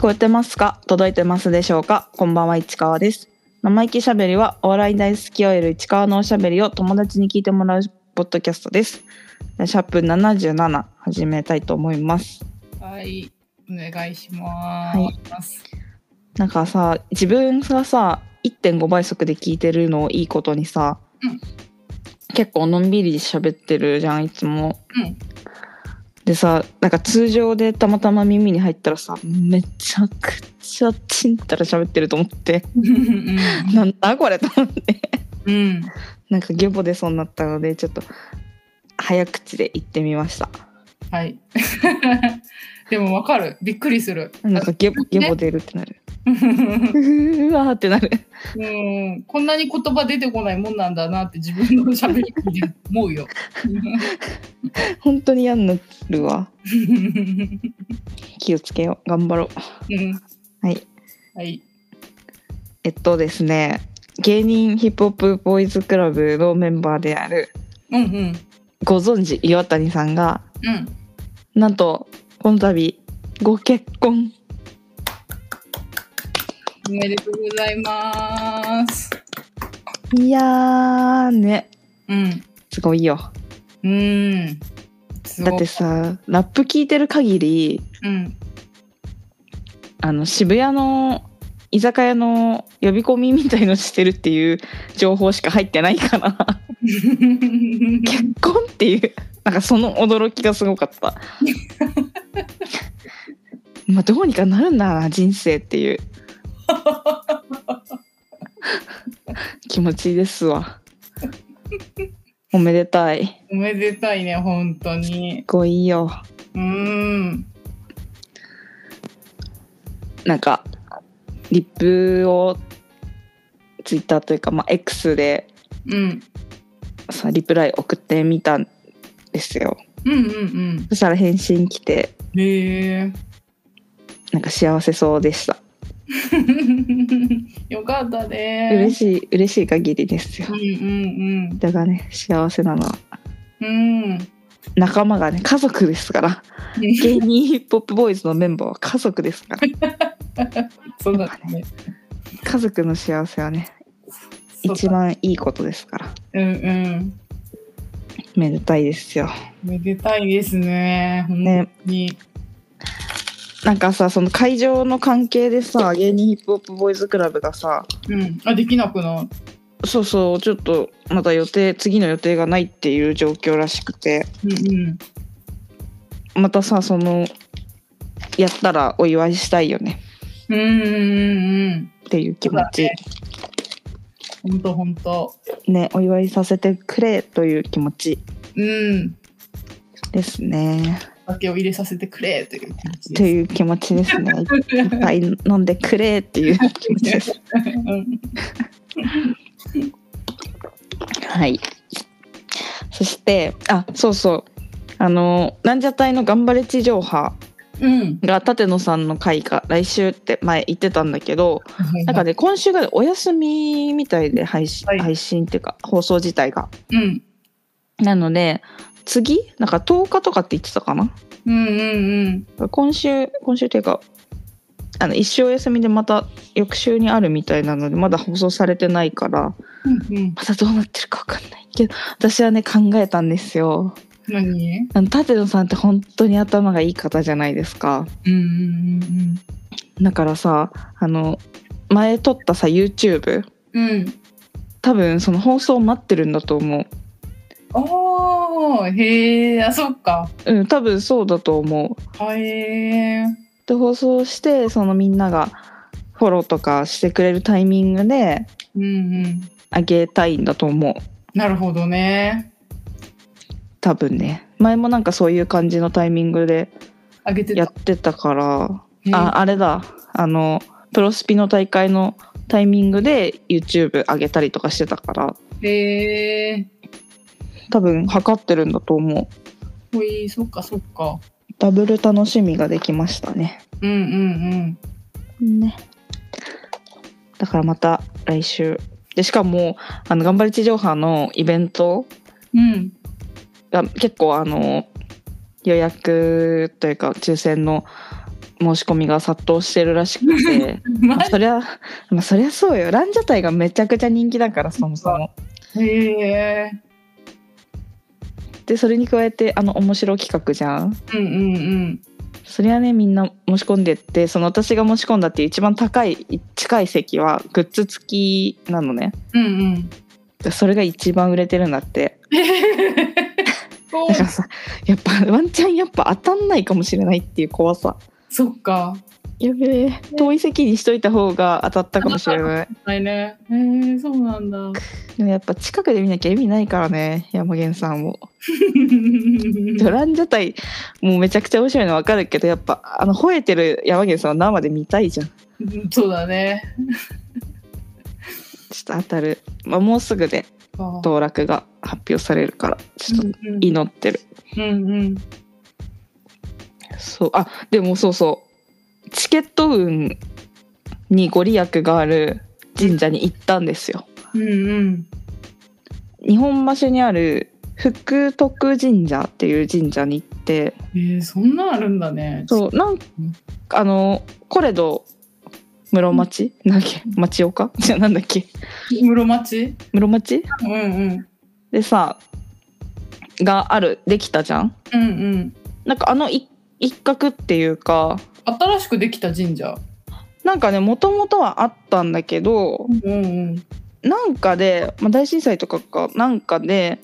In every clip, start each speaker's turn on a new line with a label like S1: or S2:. S1: こえてますか届いてますでしょうかこんばんは、市川です。生意気しゃべりは、お笑い大好き OL 市川のおしゃべりを友達に聞いてもらうポッドキャストです。シャープ77、始めたいと思います。
S2: はい、お願いします。
S1: なんかさ、自分がさ、1.5倍速で聞いてるのをいいことにさ、
S2: うん
S1: 結構のんびり喋ってるじゃん、いつも。
S2: うん、
S1: でさなんか通常でたまたま耳に入ったらさめちゃくちゃちんたら喋ってると思って
S2: うん、
S1: なんだこれと思って
S2: うん、
S1: なんかゲボ出そうになったのでちょっと早口で言ってみました
S2: はい。 でもわかる、びっくりする。
S1: なんかゲボゲボ出るってなるうわーってなる
S2: うん、こんなに言葉出てこないもんなんだなって自分の喋り聞いて思うよ。
S1: 本当に嫌になるわ気をつけよう頑張ろう
S2: うん
S1: はい。
S2: はい。
S1: えっとですね芸人ヒップホップボーイズクラブのメンバーである
S2: うんうん。
S1: ご存知岩谷さんが
S2: うん。
S1: なんとこの度ご結婚
S2: おめでとうございます。
S1: いやーね
S2: うん。
S1: すごいよ
S2: うん。す
S1: だっ
S2: ご
S1: て
S2: い。
S1: さラップ聞いてる限り
S2: うん。
S1: あの渋谷の居酒屋の呼び込みみたいのしてるっていう情報しか入ってないから 結婚っていうなんかその驚きがすごかったまあどうにかなるんだな人生っていう気持ちですわおめでたい
S2: おめでたいね、本当に。
S1: すごいよ
S2: うん。
S1: なんかリップをツイッターというか、まあ、X で
S2: うん。
S1: さリプライ送ってみたんですよ
S2: うんうんうん。
S1: そしたら返信来て
S2: へえ。
S1: なんか幸せそうでした
S2: よかったね。
S1: 嬉
S2: い。
S1: しい嬉しい限りですよ
S2: うん
S1: だがね幸せなのは
S2: うんうん。うん。
S1: 仲間がね家族ですから芸人ヒップホップボーイズのメンバーは家族ですから
S2: そうだね。
S1: 家族の幸せはね一番いいことですから
S2: そうだ。うんうん。
S1: めでたいですよ
S2: めでたいですね。本
S1: ね
S2: 当に。
S1: なんかさその会場の関係でさ芸人ヒップホップボーイズクラブがさ、
S2: うん。あ、できなくな。
S1: そうそうちょっとまた予定次の予定がないっていう状況らしくて
S2: うんうん。
S1: またさそのやったらお祝いしたいよね
S2: うんうんうんうん。
S1: っていう気持ち
S2: そう本当本当。
S1: ねお祝いさせてくれという気持ち
S2: うん。
S1: ですね
S2: 酒を入れさせてくれという気持ち
S1: と
S2: で
S1: いう気持ちです ねいっ
S2: す。
S1: ぱい飲んでくれっていう気持ちです
S2: うん
S1: はいそしてあそうそうあのランジャタイの頑張れ地上波
S2: うん。
S1: が舘野さんの回が来週って前言ってたんだけどなんかね、今週がお休みみたいで配信、
S2: はい
S1: 配信っていうか、放送自体が。
S2: うん。
S1: なので、次、なんか10日とかって言ってたかな
S2: うんうん
S1: 今週、今週っていうか、あの、一週お休みでまた翌週にあるみたいなので、まだ放送されてないから、
S2: うん。うんうん。
S1: まだどうなってるかわかんないけど、私はね、考えたんですよ。
S2: 何
S1: あの、舘野さんって本当に頭がいい方じゃないですか。
S2: うんうん
S1: だからさ、あの、前撮ったさ、YouTube、
S2: うんうん。うん。
S1: 多分その放送を待ってるんだと思う。
S2: おー、へえ、あ、そっか。
S1: うん、多分そうだと思う。
S2: あへえ。
S1: で放送してそのみんながフォローとかしてくれるタイミングで
S2: うんうん。
S1: あげたいんだと思う
S2: なるほどね。
S1: 多分ね前もなんかそういう感じのタイミングで
S2: あげて
S1: や
S2: た
S1: っ。てたから
S2: へー
S1: ああれだあのプロスピの大会のタイミングで YouTube 上げたりとかしてたから
S2: へえ。
S1: 多分測ってるんだと思う
S2: ほい、そっかそっか。
S1: ダブル楽しみができましたね
S2: うんうん
S1: ねだからまた来週でしかもあの頑張り地上波のイベント
S2: うん。うん。
S1: が結構あの予約というか抽選の申し込みが殺到してるらしくて
S2: マ
S1: まあそりゃ、まあ、そりゃそうよランジャタイがめちゃくちゃ人気だからそもそも
S2: ジへえ
S1: でそれに加えてあの面白企画じゃん
S2: うんうんうん
S1: そりゃねみんな申し込んでってその私が申し込んだっていう一番高い近い席はグッズ付きなのね
S2: うん うん
S1: でそれが一番売れてるんだって
S2: そ
S1: だから
S2: う
S1: さやっぱワンチャンやっぱ当たんないかもしれないっていう怖さ
S2: そっか
S1: やべえ遠い席にしといた方が当たったかもしれない
S2: ないねへえそうなんだ
S1: でもやっぱ近くで見なきゃ意味ないからね山源さんも ドランジャタイもうめちゃくちゃ面白いの分かるけどやっぱあの吠えてる山源さんは生で見たいじゃんちょ
S2: うんそうだね
S1: っと当たる、まあ、もうすぐで
S2: あ
S1: 当落が発表されるからちょっと
S2: うんうん
S1: 祈ってる、
S2: うんうん
S1: そうあでもそうそうチケット運にご利益がある神社に行ったんですよ
S2: うんうん
S1: 日本橋にある福徳神社っていう神社に行って
S2: えー、そんなんあるんだね。
S1: そうなんあのコレド室町、なんだっけ町岡 じゃあなんだっけ
S2: 室町
S1: 室町
S2: うんうん。
S1: でさがあるできたじゃん
S2: うんうん。
S1: なんかあの一一角っていうか
S2: 新しくできた神社。
S1: なんかねもともとはあったんだけど
S2: うんうん。
S1: なんかで、まあ、大震災とかかなんかで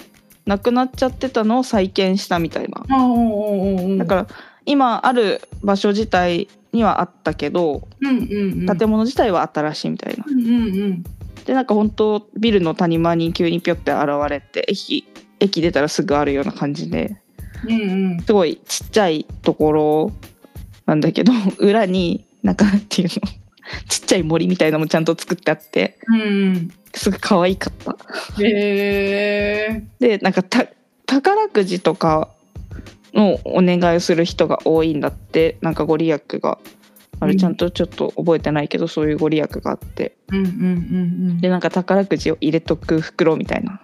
S1: なくなっちゃってたのを再建したみたいな
S2: ああ、うんうんうん。、
S1: だからら今ある場所自体にはあったけど
S2: うんうん、うん。
S1: 建物自体は新しいみたいな
S2: うんうんうん。
S1: でなんか本当ビルの谷間に急にぴょって現れて駅駅出たらすぐあるような感じで
S2: うんうん。
S1: すごいちっちゃいところなんだけど 裏になんかなんていうの ちっちゃい森みたいなのもちゃんと作ってあって
S2: うんうん。
S1: すごい可愛かった
S2: へえ
S1: でなんかた宝くじとかのお願いをする人が多いんだってなんかご利益があれ
S2: うん
S1: ちゃんとちょっと覚えてないけどそういうご利益があって
S2: ー。うんうんうんうん。
S1: でなんか宝くじを入れとく袋みたいな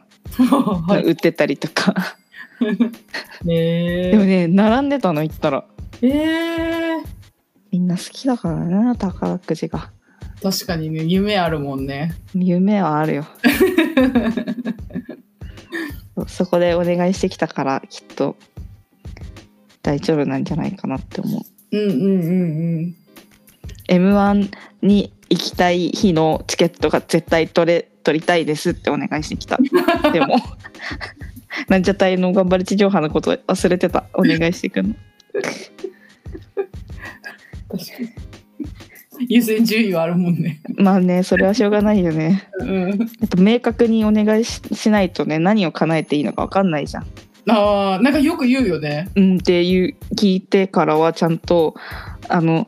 S2: は
S1: 売ってたりとか、
S2: い。へ
S1: でも
S2: え
S1: ね並んでたの行ったら
S2: ー。えー。
S1: みんな好きだからな宝くじが
S2: 確かにね、夢あるもん ね。
S1: 夢はあるよそこでお願いしてきたからきっと大丈夫なんじゃないかなって思う
S2: うんうんうんうん。
S1: m 1に行きたい日のチケットが絶対取れ取りたいですってお願いして きたでもなんちゃたいの頑張る地上波のこと忘れてたお願いしてくの
S2: 確かに。優先順位はあるもんね。
S1: まあねそれはしょうがないよね
S2: うん。
S1: やっぱ明確にお願いししないとね何を叶えていいのか分かんないじゃん
S2: ああ、なんかよく言うよね。
S1: うんっていう聞いてからはちゃんとあの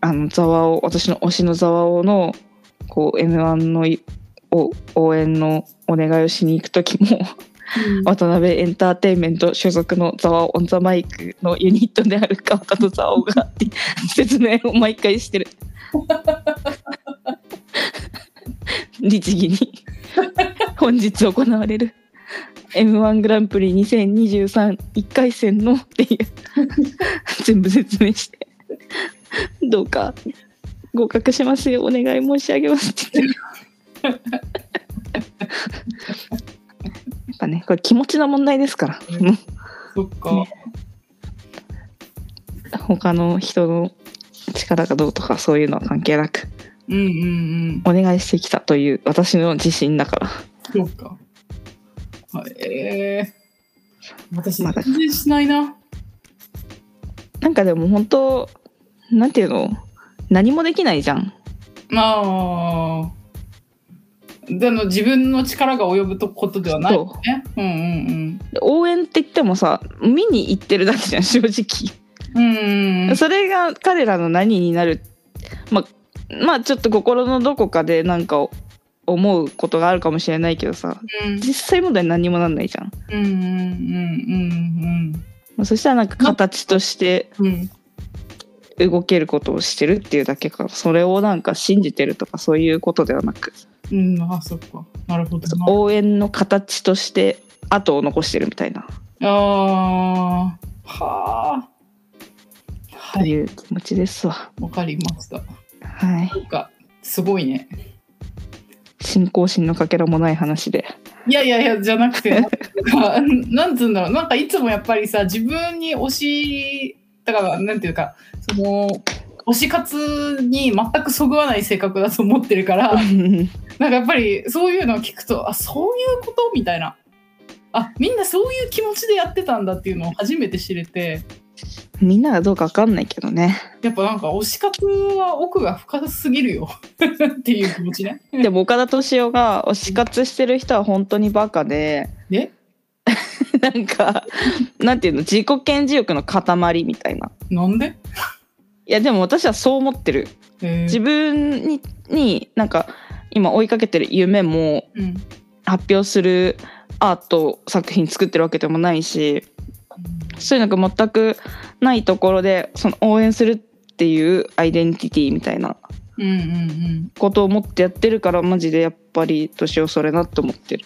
S1: あのざわお私の推しのざわおのこう m 1のいを応援のお願いをしに行く時も渡辺エンターテインメント所属のザワオンザマイクのユニットである川田とザワオが って説明を毎回してる律儀に本日行われる m 1グランプリ20231回戦のっていう全部説明してどうか合格しますようお願い申し上げますって言ってるやっぱねこれ気持ちの問題ですから
S2: うんそっか。
S1: 他の人の力がどうとかそういうのは関係なく
S2: うんうん
S1: お願いしてきたという私の自信だから
S2: うん。そうか。はい。えー、私、
S1: ま
S2: 全
S1: だ
S2: 然しないな。
S1: なんかでも本当なんていうの何もできないじゃん
S2: まあ。でも自分の力が及ぶとことではない
S1: そ
S2: ね。うんうん
S1: うで応援って言ってもさ見に行ってるだけじゃん正直、
S2: うん。うんうんうん。
S1: それが彼らの何になるまあまあちょっと心のどこかでなんか思うことがあるかもしれないけどさ
S2: うん
S1: 実際問題何にもなんないじゃん
S2: うんうんうん
S1: まあそしたらなんか形として
S2: うんうん。うん
S1: 動けることをしてるっていうだけかそれをなんか信じてるとかそういうことではなく
S2: うん、あそっか。なるほどな。
S1: 応援の形として後を残してるみたいな
S2: ああ。はあ。
S1: という気持ちですわ。
S2: わかりました。
S1: はい。
S2: なんか、すごいね。
S1: 信仰心のかけらもない話で。
S2: いやいやいや、じゃなくて、なんか、なんつうんだろう。なんか、いつもやっぱりさ、自分に推し、だから、なんていうか、その、推し活に全くそぐわない性格だと思ってるから、なんかやっぱりそういうのを聞くとあそういうことみたいなあみんなそういう気持ちでやってたんだっていうのを初めて知れて
S1: みんながどうかわかんないけどね。
S2: やっぱなんか推し活は奥が深すぎるよ っていう気持ちね。
S1: でも岡田敏夫が推し活してる人は本当にバカで、
S2: ね
S1: なんか、なんていうの、自己顕示欲の塊みたいな。
S2: なんで、
S1: いやでも私はそう思ってる。
S2: えー
S1: 自分にになんか今追いかけてる夢も
S2: うん
S1: 発表するアート作品作ってるわけでもないしそういうのが全くないところでその応援するっていうアイデンティティみたいな
S2: うんうんうん
S1: ことを持ってやってるからマジでやっぱり年をそれなって思ってる。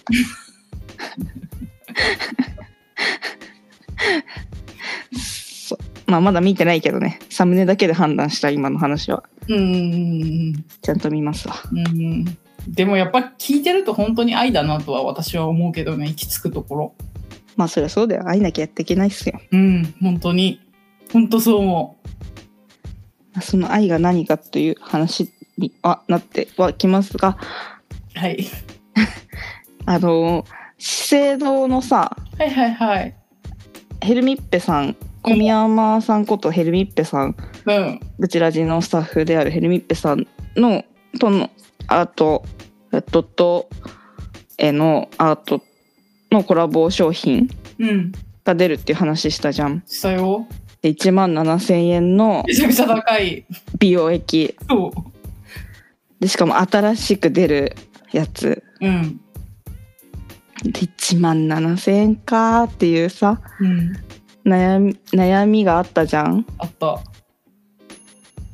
S1: そうまあまだ見てないけどねサムネだけで判断した今の話は
S2: うんうん
S1: ちゃんと見ますわ。
S2: うんうんうんでもやっぱ聞いてると本当に愛だなとは私は思うけどね行き着くところ
S1: まあそりゃそうだよ会いなきゃやっていけないっすよ。
S2: うん本当に本当そう思
S1: その愛が何かという話にはなってはきますが
S2: う、はい、
S1: あの資生堂のさ
S2: はいはいはい
S1: ヘルミッペさん小宮山さんことヘルミッペさん
S2: うん
S1: ブチラジのスタッフであるヘルミッペさんのとのアートえっととえのアートのコラボ商品
S2: うん
S1: が出るっていう話したじゃん。
S2: したよ
S1: で1万7,000円の
S2: めちゃくちゃ高い
S1: 美容液
S2: そう
S1: でしかも新しく出るやつ
S2: うん。
S1: で1万7,000円かーっていうさ
S2: うん。
S1: 悩み悩みがあったじゃん
S2: あった。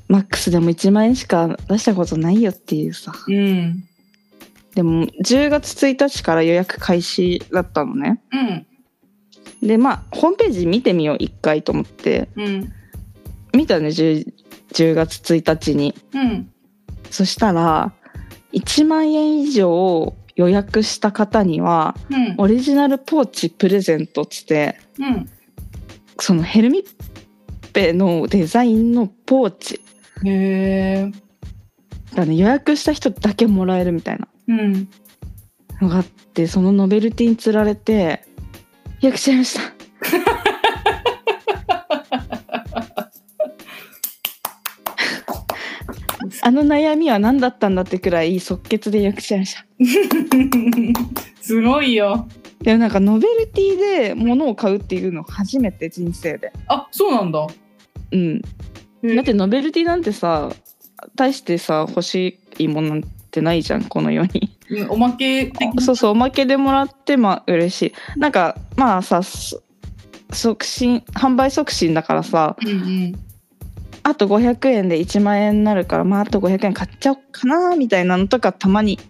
S1: マックスでも1万円しか出したことないよっていうさ
S2: うん。うん。
S1: でも10月1日から予約開始だったのね
S2: うん。
S1: でまあホームページ見てみよう一回と思って
S2: うん。
S1: 見たね 10, 10月1日に
S2: うん。
S1: そしたら1万円以上予約した方には
S2: うん。
S1: オリジナルポーチプレゼントっつって
S2: う
S1: そのヘルミッペのデザインのポーチ
S2: ん。へえ。
S1: がね予約した人だけもらえるみたいな
S2: うん。
S1: のがあってそのノベルティにつられて予約しちゃいましたあの悩みは何だったんだってくらい即決で予約しちゃいました
S2: すごいよ。
S1: でもなんかノベルティで物を買うっていうの初めて人生で
S2: あ、そうなんだ。
S1: うんだってノベルティなんてさ大してさ欲しいものなんてないじゃんこの世に
S2: うんおまけ的
S1: そうそうおまけでもらってまあ嬉しいなんかまあさそ促進販売促進だからさ
S2: うんうん。
S1: あと500円で1万円になるからまああと500円買っちゃおうかなみたいなのとかたまに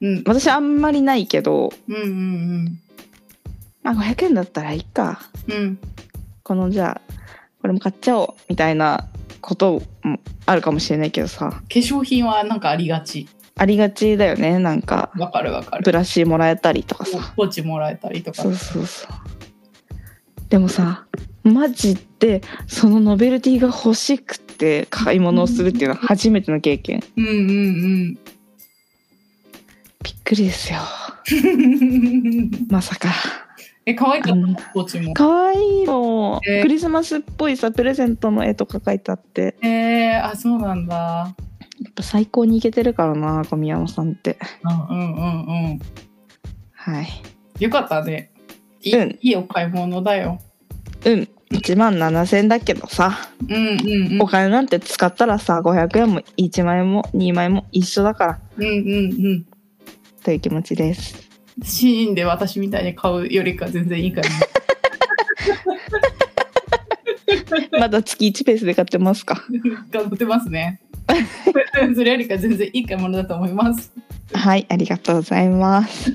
S2: うん。
S1: 私あんまりないけど
S2: うんうん
S1: まあ500円だったらいいか
S2: うん。うん。
S1: このじゃあこれも買っちゃおうみたいなこともあるかもしれないけどさ
S2: 化粧品はなんかありがち。
S1: ありがちだよねなんか
S2: わかるわかる。
S1: ブラシもらえたりとかさ
S2: ポーチもらえたりとか
S1: そ。うそうそうでもさマジでそのノベルティが欲しくて買い物をするっていうのは初めての経験
S2: うんうん
S1: びっくりですよ
S2: うん。
S1: まさか
S2: え、可愛か
S1: うん
S2: ったポーチも。
S1: 可愛いの、
S2: えー
S1: クリスマスっぽいさプレゼントの絵とか描いてあって
S2: へえ、あ、そうなんだ。
S1: やっぱ最高にいけてるからな小宮山さんって
S2: うんうんうんうん。
S1: はい
S2: よかったね。いい,、
S1: うん
S2: いいお買い物だよ。
S1: うん1万7,000だけどさ
S2: うんうんうん。
S1: お金なんて使ったらさ500円も1万円も2万円も一緒だから
S2: うんうんうん。
S1: という気持ち です
S2: シーンで私みたいに買うよりか全然いいから、ね。
S1: まだ月1ペースで買ってますか
S2: 頑張ってますね。 それよりか全然いい買い物だと思います。
S1: はい、ありがとうござい ます。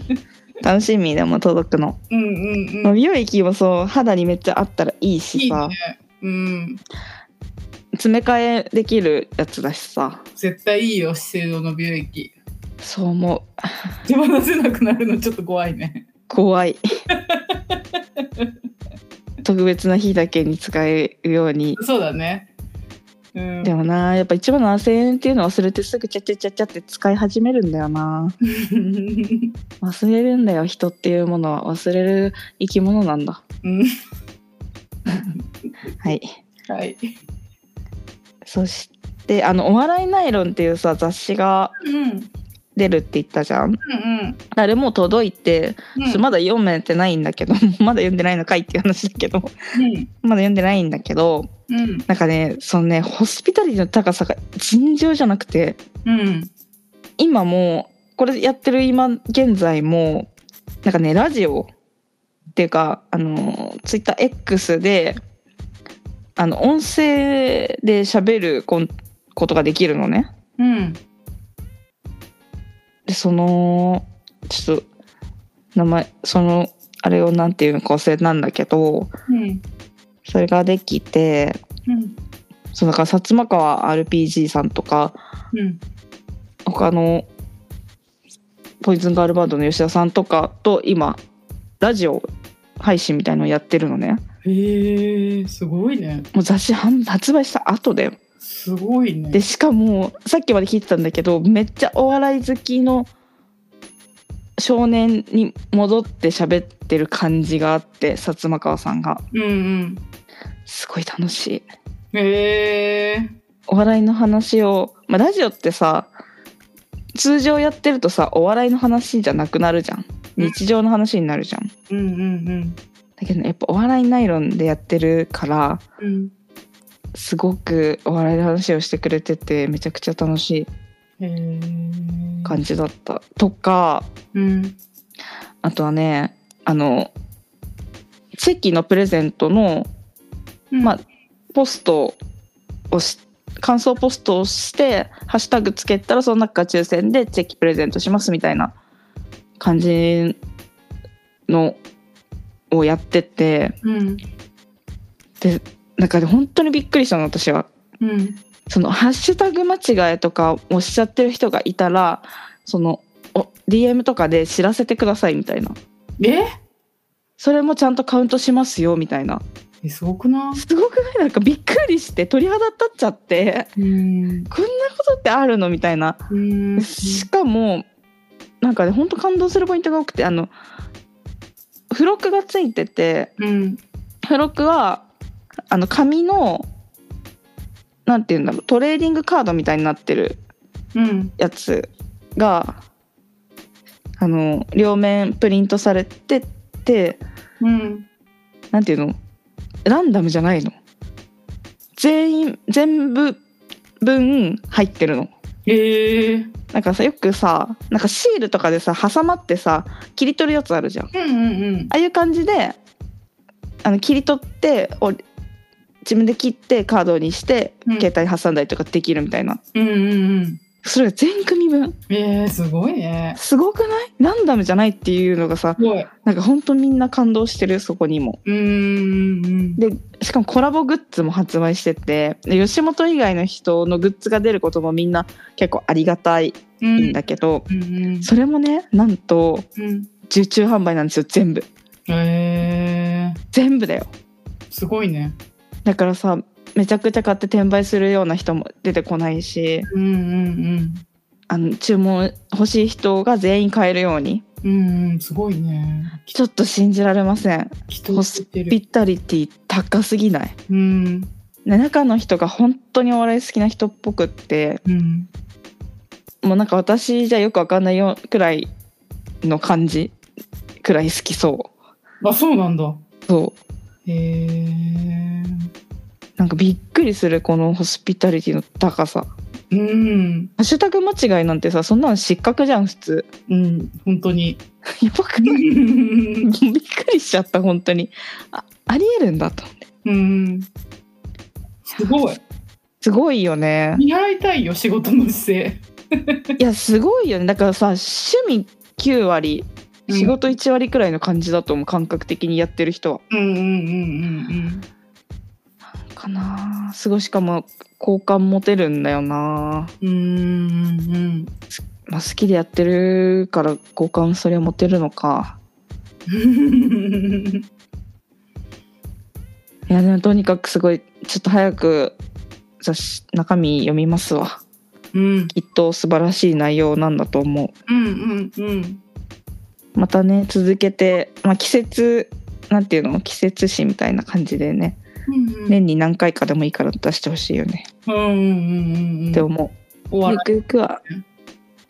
S1: 楽しみでも届くの。
S2: うんうんう
S1: まあ
S2: ん。
S1: 美容液もそう肌にめっちゃあったらいいし
S2: いい
S1: さ
S2: ね。うん。
S1: 詰め替えできるやつだしさ
S2: 絶対いいよ資生堂の美容液
S1: そう思う
S2: 手放せなくなるのちょっと怖いね
S1: 怖 い特別な日だけに使えるように
S2: そうだねうん
S1: でもなやっぱ一番の7000円っていうの忘れてすぐちゃちゃちゃちゃって使い始めるんだよな忘れるんだよ人っていうものは忘れる生き物なんだ
S2: うん
S1: はい
S2: はい
S1: そしてあの「お笑いナイロン」っていうさ雑誌が
S2: うんうん
S1: 出るって言ったじゃん
S2: うん
S1: あれもう届いて、
S2: うん
S1: まだ読めてないんだけど まだ読んでないのかいっていう話だけど
S2: うん
S1: まだ読んでないんだけど
S2: うん
S1: なんかねそのねホスピタリティの高さが尋常じゃなくて
S2: うん
S1: 今もこれやってる今現在もなんかねラジオっていうかあのツイッター X であの音声で喋るこんことができるのね。
S2: うん
S1: でそのちょっと名前そのあれをなんていうのか忘れたんだけど
S2: うん
S1: それができて
S2: うん
S1: そうだから薩摩川 RPG さんとか
S2: うん
S1: 他のポイズンガールバンドの吉田さんとかと今ラジオ配信みたいのをやってるのね
S2: へえすごいね
S1: もう雑誌販発売した後だよ
S2: すごいね
S1: でしかもさっきまで聞いてたんだけどめっちゃお笑い好きの少年に戻って喋ってる感じがあって薩摩川さんが
S2: うんうん
S1: すごい楽しい
S2: へえ
S1: お笑いの話を、まあ、ラジオってさ通常やってるとさお笑いの話じゃなくなるじゃん日常の話になるじゃん
S2: うんうんうん
S1: だけど、ね、やっぱお笑いナイロンでやってるから
S2: うん
S1: すごくお笑いの話をしてくれててめちゃくちゃ楽し
S2: へえ
S1: い感じだったとか
S2: うん
S1: あとはねあのチェキのプレゼントの
S2: うん
S1: まあポストをし感想ポストをしてハッシュタグつけたらその中から抽選でチェキプレゼントしますみたいな感じのをやってて
S2: うん
S1: なんかね本当にびっくりしたの私は。
S2: うん
S1: そのハッシュタグ間違えとかをしちゃってる人がいたらそのお DM とかで知らせてくださいみたいな
S2: え
S1: それもちゃんとカウントしますよみたいな
S2: えすごくな
S1: すごくないなんかびっくりして鳥肌立っちゃって
S2: うん
S1: こんなことってあるのみたいな
S2: うん
S1: しかもなんかねほんと感動するポイントが多くてあの付録がついてて
S2: うん
S1: 付録はあの紙のなんて言うんだろうトレーディングカードみたいになってる
S2: うん
S1: やつがあの両面プリントされてて
S2: うん
S1: なんていうのランダムじゃないの全員全部分入ってるの
S2: へえ
S1: なんかさよくさなんかシールとかでさ挟まってさ切り取るやつあるじゃんあ
S2: うんうんうん
S1: あいう感じであの切り取ってお自分で切ってカードにして
S2: うん
S1: 携帯に挟んだりとかできるみたいな、
S2: うんうんうん
S1: それが全組分
S2: えー、すごいね
S1: すごくないランダムじゃないっていうのがさ
S2: すごい
S1: なんか本当みんな感動してるそこにも
S2: うんうんうん
S1: でしかもコラボグッズも発売しててで吉本以外の人のグッズが出ることもみんな結構ありがたい
S2: うん
S1: んだけど、
S2: うんうん
S1: それもねなんと
S2: うん
S1: 受注販売なんですよ全部
S2: え
S1: 全部だよ
S2: ー、すごいね
S1: だからさめちゃくちゃ買って転売するような人も出てこないし
S2: うんうん
S1: あの注文欲しい人が全員買えるように
S2: うんうんうんすごいね
S1: ちょっと信じられません
S2: 人を知って
S1: ピ
S2: る
S1: ッタリティ高すぎない
S2: うん
S1: で中の人が本当にお笑い好きな人っぽくって
S2: うん
S1: もうなんか私じゃよくわかんないよくらいの感じくらい好きそ
S2: あそうなんだ
S1: うそう
S2: へえ
S1: なんかびっくりするこのホスピタリティの高さハ
S2: ー、うん
S1: ッシュタグ間違いなんてさそんなの失格じゃん普通
S2: うん本当に
S1: やばくないびっくりしちゃった本当にあありえるんだと
S2: うんすごい
S1: すごいよね
S2: 見習いたいよ仕事の姿勢
S1: いやすごいよねだからさ趣味9割
S2: うん
S1: 仕事1割くらいの感じだと思う感覚的にやってる人は
S2: うんうんうんうんうん
S1: かななすごいしかも好感持てるんだよな、
S2: うんうんうん
S1: まあ、好きでやってるから好感そりゃ持てるのか
S2: うん
S1: いやでもとにかくすごいちょっと早く雑誌中身読みますわ
S2: うん
S1: きっと素晴らしい内容なんだと思
S2: うんうん
S1: うまたね続けて、まあ、季節なんていうの季節誌みたいな感じでね
S2: うん
S1: 年に何回かでもいいから出してほしいよね
S2: うんうんうんうん
S1: って思
S2: 終
S1: う、
S2: わ
S1: ゆ
S2: ら
S1: くゆくは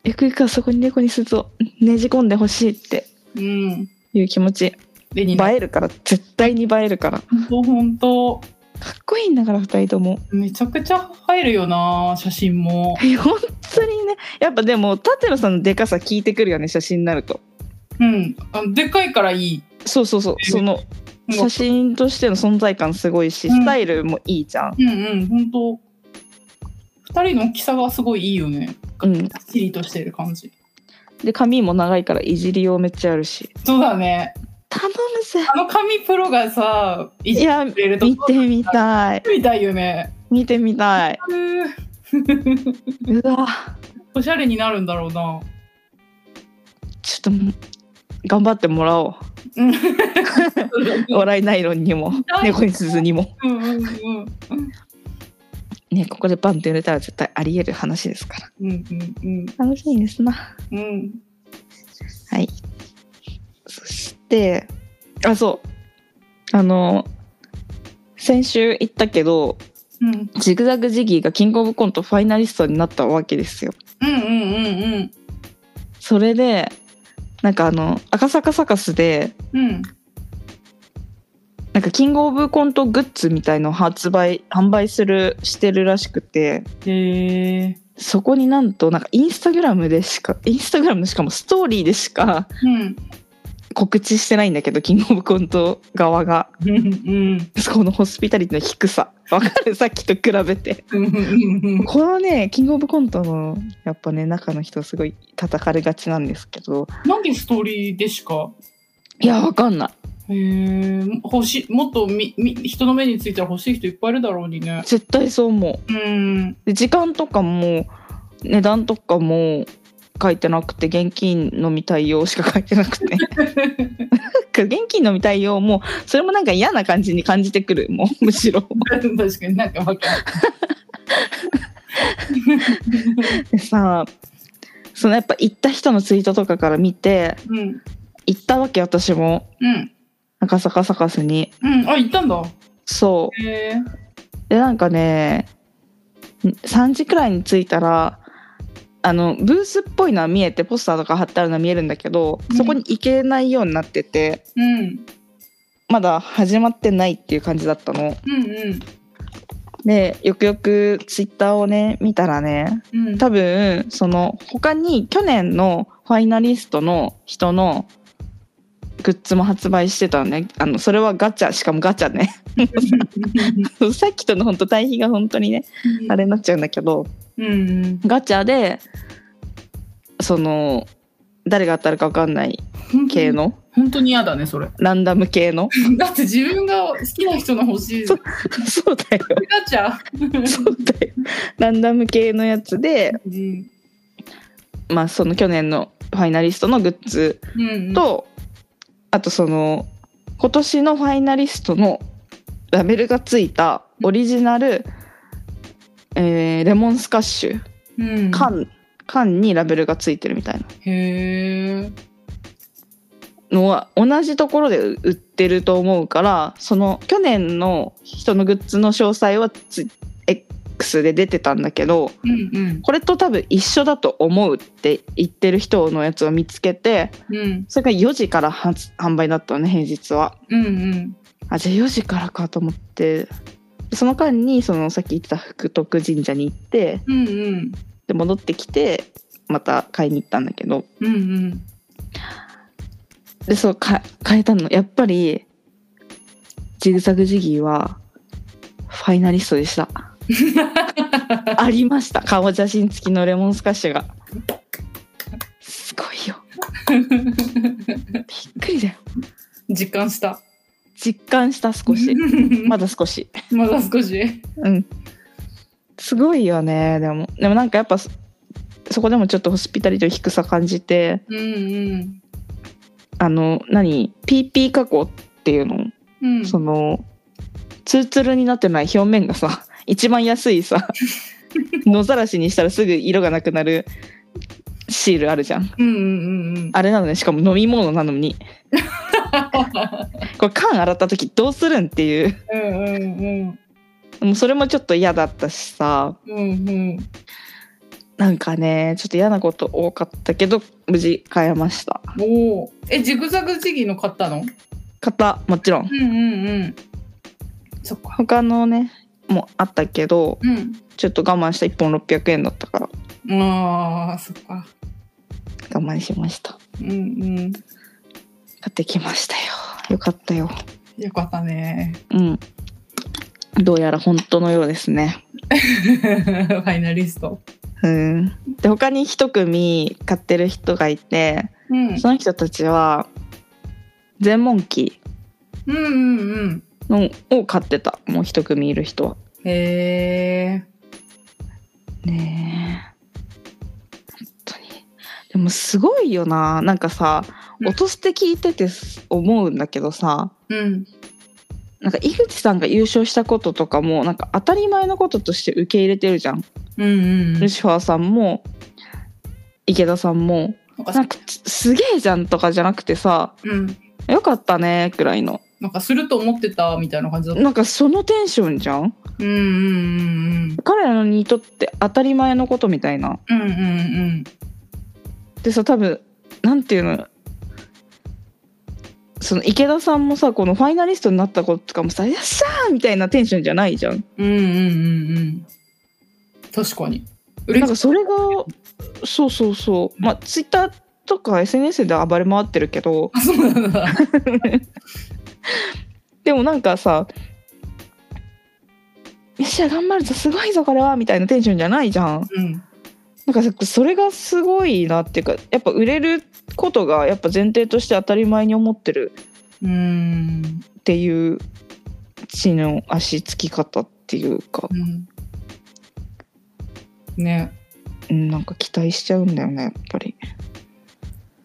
S1: ゆくゆくはそこに猫にするとねじ込んでほしいって
S2: うん
S1: いう気持ち映
S2: でに
S1: えるから絶対に映えるからか
S2: 本当本当
S1: っこいいんだから2人とも
S2: めちゃくちゃ入るよな写真も
S1: いや本当にねやっぱでも舘野さんのでかさ聞いてくるよね写真になると
S2: うんあでっかいからいい
S1: そうそうそうその写真としての存在感すごいし
S2: うん
S1: スタイルもいいじゃん、
S2: うんうん本当二人の大きさがすごいいいよね
S1: うん、
S2: きっちりとしてる感じ
S1: で髪も長いからいじりようめっちゃあるし
S2: そうだね
S1: 頼むぜ
S2: あの紙プロがさい
S1: い
S2: じっ
S1: や
S2: てくれると
S1: 見てみたい
S2: みたいよね
S1: 見てみたいう
S2: ー
S1: うわ
S2: おしゃれになるんだろうな
S1: ちょっともう頑張ってもらお
S2: うん
S1: う笑いナイロンにも猫に鈴にも
S2: うんうんうん
S1: ねここでバンって売れたら絶対ありえる話ですから
S2: うんうん
S1: 楽しみですな
S2: うんうん
S1: はいそしてあそうあの先週言ったけど
S2: うん
S1: ジグザグジギーがキングオブコントファイナリストになったわけですよ。
S2: うんうん
S1: それでなんかあの赤坂サカスで
S2: うんうん
S1: なんかキングオブコントグッズみたいのを発売販売するしてるらしくて
S2: へえ
S1: そこになんとなんかインスタグラムでしかインスタグラムのしかもストーリーでしか
S2: うん
S1: 告知してないんだけどキングオブコント側が
S2: うん
S1: そのホスピタリティの低さわか るさっきと比べて
S2: うんうん
S1: このねキングオブコントのやっぱね中の人すごい叩かれがちなんですけど
S2: なんでストーリーでしか
S1: いやわかんない
S2: へえ欲しいもっとみみ人の目についたら欲しい人いっぱいいるだろうにね
S1: 絶対そう思う
S2: うん
S1: で時間とかも値段とかも書いてなくて現金のみ対応しか書いてなくて 現金のみ対応もそれもなんか嫌な感じに感じてくるもうむしろ
S2: 確かになんかわかる
S1: でさそのやっぱ行った人のツイートとかから見て
S2: うん
S1: 行ったわけ私も
S2: うん
S1: 赤坂サカスに
S2: うんあ行ったんだ
S1: そ
S2: へえ
S1: うでなんかね3時くらいに着いたらあのブースっぽいのは見えてポスターとか貼ってあるのは見えるんだけどそこに行けないようになってて、
S2: うん
S1: まだ始まってないっていう感じだったの
S2: うんうん
S1: でよくよくツイッターをね見たらね
S2: うん
S1: 多分その他に去年のファイナリストの人のグッズも発売してたのねあのそれはガチャしかもガチャね さっきとの本当対比が本当にねあれになっちゃうんだけど
S2: うん
S1: ガチャでその誰が当たるか分かんない
S2: うん
S1: 系の
S2: 本当に嫌だねそれ
S1: ランダム系 の
S2: だって自分が好きな人の欲しい
S1: そうそうだよ
S2: ガチャ
S1: そうだよランダム系のやつで
S2: うん
S1: まあ、その去年のファイナリストのグッズ
S2: うん
S1: と、あとその今年のファイナリストのラベルがついたオリジナル、えーレモンスカッシュ
S2: うん
S1: 缶缶にラベルがついてるみたいな
S2: へえ
S1: のは同じところで売ってると思うからその去年の人のグッズの詳細はツイ X で出てたんだけど
S2: うんうん
S1: これと多分一緒だと思うって言ってる人のやつを見つけて、
S2: うん
S1: それが4時から発販売だったのね平日は
S2: うんうん
S1: あじゃあ4時からかと思ってその間にそのさっき言ってた福徳神社に行って
S2: うんうん
S1: で戻ってきてまた買いに行ったんだけど
S2: うんうん
S1: でそうか変えたのやっぱりジグザグジギーはファイナリストでしたありました顔写真付きのレモンスカッシュがすごいよびっくりだよ
S2: 実感した
S1: 実感した少 しまだ少し
S2: まだ少し。
S1: うんすごいよねでもでもなんかやっぱそそこでもちょっとホスピタリティの低さ感じて
S2: うんうん。
S1: あの何 PP 加工っていうの、
S2: うん、
S1: そのツルツルになってない表面がさ 一番安い さ野ざらしにしたらすぐ色がなくなるシールあるじゃん
S2: うんうんうん。
S1: あれなのねしかも飲み物なの にこれ缶洗った時どうするんっていう
S2: うんうん
S1: もうそれもちょっと嫌だったしさ
S2: うん。うんうん。
S1: なんかねちょっと嫌なこと多かったけど無事買えました
S2: おお。え、ジグザグジギーの買ったの
S1: 買ったもちろん
S2: うんうんうん。そっか。
S1: 他のねもあったけど
S2: うん。
S1: ちょっと我慢した1本600円だったから
S2: ああ、そっか。
S1: 我慢しました
S2: うんうん。
S1: 買ってきましたよよかったよ
S2: よかったね。
S1: うんどうやら本当のようですね
S2: ファイナリスト。
S1: うんで他に一組買ってる人がいて
S2: うん。
S1: その人たちは全問機
S2: うんうんうん。
S1: のを買ってたもう一組いる人は
S2: へえ。
S1: ねえ本当にでもすごいよななんかさ
S2: うん
S1: 落として聞いてて思うんだけどさ
S2: うん。
S1: なんか井口さんが優勝したこととかもなんか当たり前のこととして受け入れてるじゃん、
S2: うんうんうん。
S1: ルシファーさんも池田さんも
S2: なん
S1: な
S2: か
S1: ん、かすすげえじゃんとかじゃなくてさ
S2: うん。
S1: よかったねくらいの
S2: なんかすると思ってたみたいな感じだった。
S1: なんかそのテンションじゃん
S2: うんうん
S1: 彼らにとって当たり前のことみたいな
S2: うんうん。うんうん
S1: でさ多分なんていうのその池田さんもさこのファイナリストになったこととかもさ「よっしゃー!」みたいなテンションじゃないじゃん。
S2: うん。うんうんうんうん。確かに。うれ
S1: なんかそれがそうそうそうまあツイッターとか SNS で暴れ回ってるけど
S2: あ、そうなんだ。
S1: でもなんかさ「よっしゃ頑張るぞすごいぞこれは」みたいなテンションじゃないじゃん。
S2: うん。
S1: なんかさそれがすごいなっていうかやっぱ売れることがやっぱ前提として当たり前に思ってる
S2: うん。
S1: っていう地の足つき方っていうか、
S2: うん。ね。
S1: うん、なんか期待しちゃうんだよねやっぱり。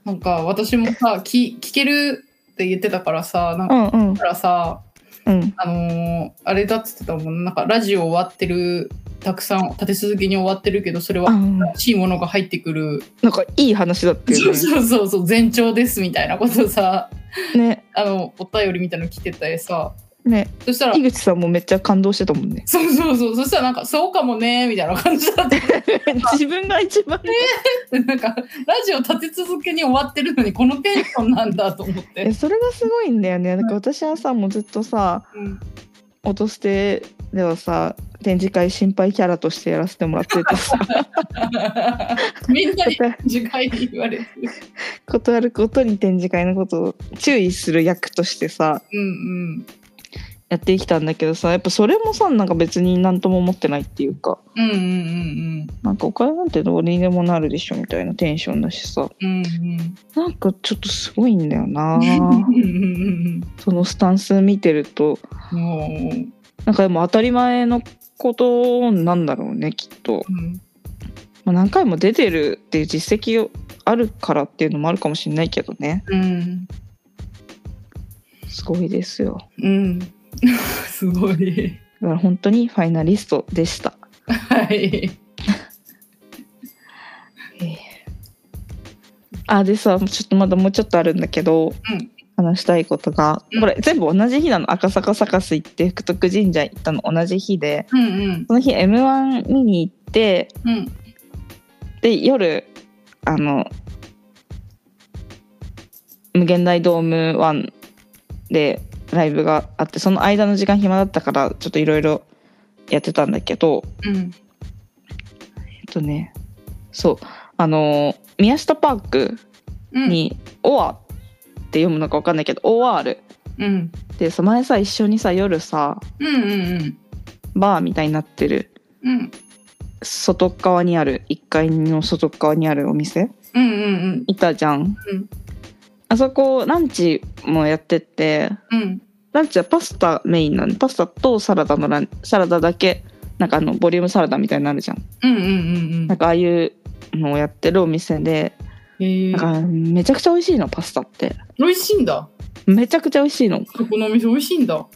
S2: なんか私もさ、き聞けるって言ってたからさ、なん
S1: う
S2: か
S1: んうん
S2: からさ、
S1: うん
S2: あのーあれだっつってたもん、なんかラジオ終わってる、たくさん立て続けに終わってるけど、それ
S1: あう
S2: は
S1: ん
S2: 欲しいものが入ってくる。
S1: なんかいい話だって
S2: そ
S1: よ
S2: うそうそうそう、前兆ですみたいなことさ、
S1: ね。
S2: あの、お便りみたいなの来てたりさ、
S1: ねね
S2: そしたら。
S1: 井、口さんもめっちゃ感動してたもんね
S2: そうそうそう、そしたらなんか、そうかもね、みたいな感じだった。
S1: 自分が一番
S2: なんか、ラジオ立て続けに終わってるのに、このテンションなんだと思っ
S1: え
S2: て。
S1: それがすごいんだよね。なんか私はさもうずっとさ
S2: うん
S1: 落としてではさ展示会心配キャラとしてやらせてもらっててさ
S2: みんなに次回に言われてる。
S1: 断ることに展示会のことを注意する役としてさ
S2: うん
S1: やってきたんだけどさやっぱそれもさなんか別に何とも思ってないっていうか
S2: うん。うんうんうん
S1: なんかお金なんてどうにでもなるでしょみたいなテンションだしさ
S2: うん。うん
S1: なんかちょっとすごいんだよな
S2: うんうん
S1: そのスタンス見てると
S2: うん。もう。
S1: なんかでも当たり前のことなんだろうねきっと、
S2: うん
S1: まあ、何回も出てるっていう実績があるからっていうのもあるかもしれないけどね
S2: うん。
S1: すごいですよ
S2: うん。すごい。
S1: だから本当にファイナリストでした
S2: はい。
S1: あでさちょっとまだもうちょっとあるんだけど、
S2: うん
S1: 話したいことが、
S2: うん
S1: これ全部同じ日なの赤坂サカス行って福徳神社行ったの同じ日で
S2: うんうん
S1: その日 m 1見に行って
S2: うん
S1: で夜あの無限大ドーム1でライブがあってその間の時間暇だったからちょっといろいろやってたんだけど
S2: うん
S1: えっとねそうあの宮下パーク
S2: うん。
S1: に「オア」って読むのか分かんないけど「OR」
S2: うん
S1: でさ前さ一緒にさ夜さ
S2: うんうん
S1: バーみたいになってる
S2: うんうん
S1: 外側にある1階の外側にあるお店
S2: うんうん
S1: いたじゃん、
S2: うん
S1: あそこランチもやってて
S2: うん
S1: ランチはパスタメインなんでパスタとサラダのランサラダだけなんかあのボリュームサラダみたいになるじゃん
S2: うんうんうんうん
S1: なんかああいうのをやってるお店で
S2: えー
S1: なんかめちゃくちゃ美味しいのパスタって
S2: 美味しいんだ
S1: めちゃくちゃ美味しいの
S2: そこのお店美味しいんだ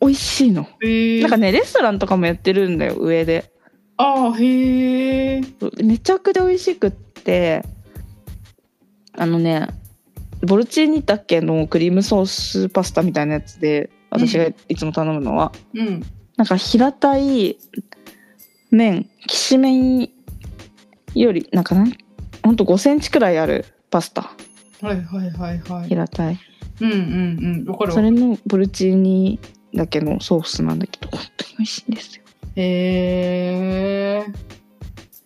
S1: 美味しいの
S2: へえ
S1: なんかねレストランとかもやってるんだよ上で
S2: ああへえ
S1: めちゃくちゃ美味しくってあのねボルチーニだけのクリームソースパスタみたいなやつで私がいつも頼むのは、
S2: うん
S1: なんか平たい麺きしめんよりなんかなんほんと5センチくらいあるパスタ
S2: はいはいはいはい
S1: 平たい
S2: うんうんうんわかる
S1: そ
S2: わ
S1: れのボルチーニだけのソースなんだけど本当に美味しいんですよ
S2: へえ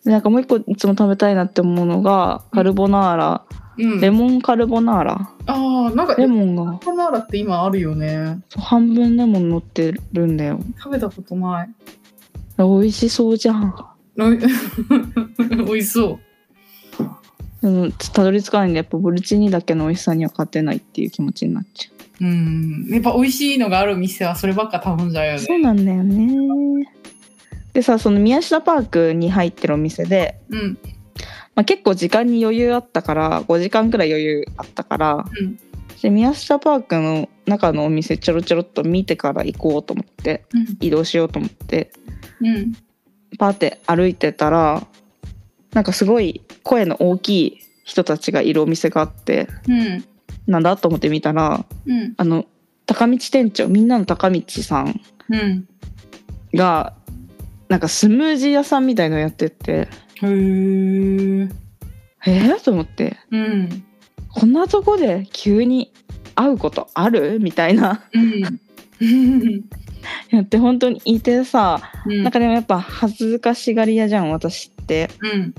S1: でなんかもう一個いつも食べたいなって思うのがカルボナーラ、
S2: うん
S1: レモンカルボナーラ、
S2: ああなんか
S1: レ
S2: レモン
S1: モンが
S2: カルボナーラって今あるよね
S1: そう半分レモン乗ってるんだよ
S2: 食べたことない
S1: 美味しそうじゃん
S2: おい美味しそう
S1: でもたどり着かないんでやっぱボルチーニだけの美味しさには勝てないっていう気持ちになっちゃう
S2: うん、やっぱ美味しいのがある店はそればっか頼んじゃうよね。
S1: そうなんだよね。でさその宮下パークに入ってるお店で、
S2: うん、
S1: まあ、結構時間に余裕あったから5時間くらい余裕あったから、
S2: うん
S1: で宮下パークの中のお店ちょろちょろっと見てから行こうと思って
S2: うん、
S1: 移動しようと思って
S2: うん、
S1: パーって歩いてたらなんかすごい声の大きい人たちがいるお店があって
S2: うん、
S1: なんだと思って見たら
S2: うん、
S1: あの高道店長みんなの高道さん
S2: うん。
S1: がなんかスムージー屋さんみたいのやってて
S2: へー
S1: えー、と思って
S2: うん、
S1: こんなとこで急に会うことあるみたいな
S2: うん。うん
S1: やって本当にいてさ、
S2: うん
S1: なんかでもやっぱ恥ずかしがり屋じゃん私って
S2: うん、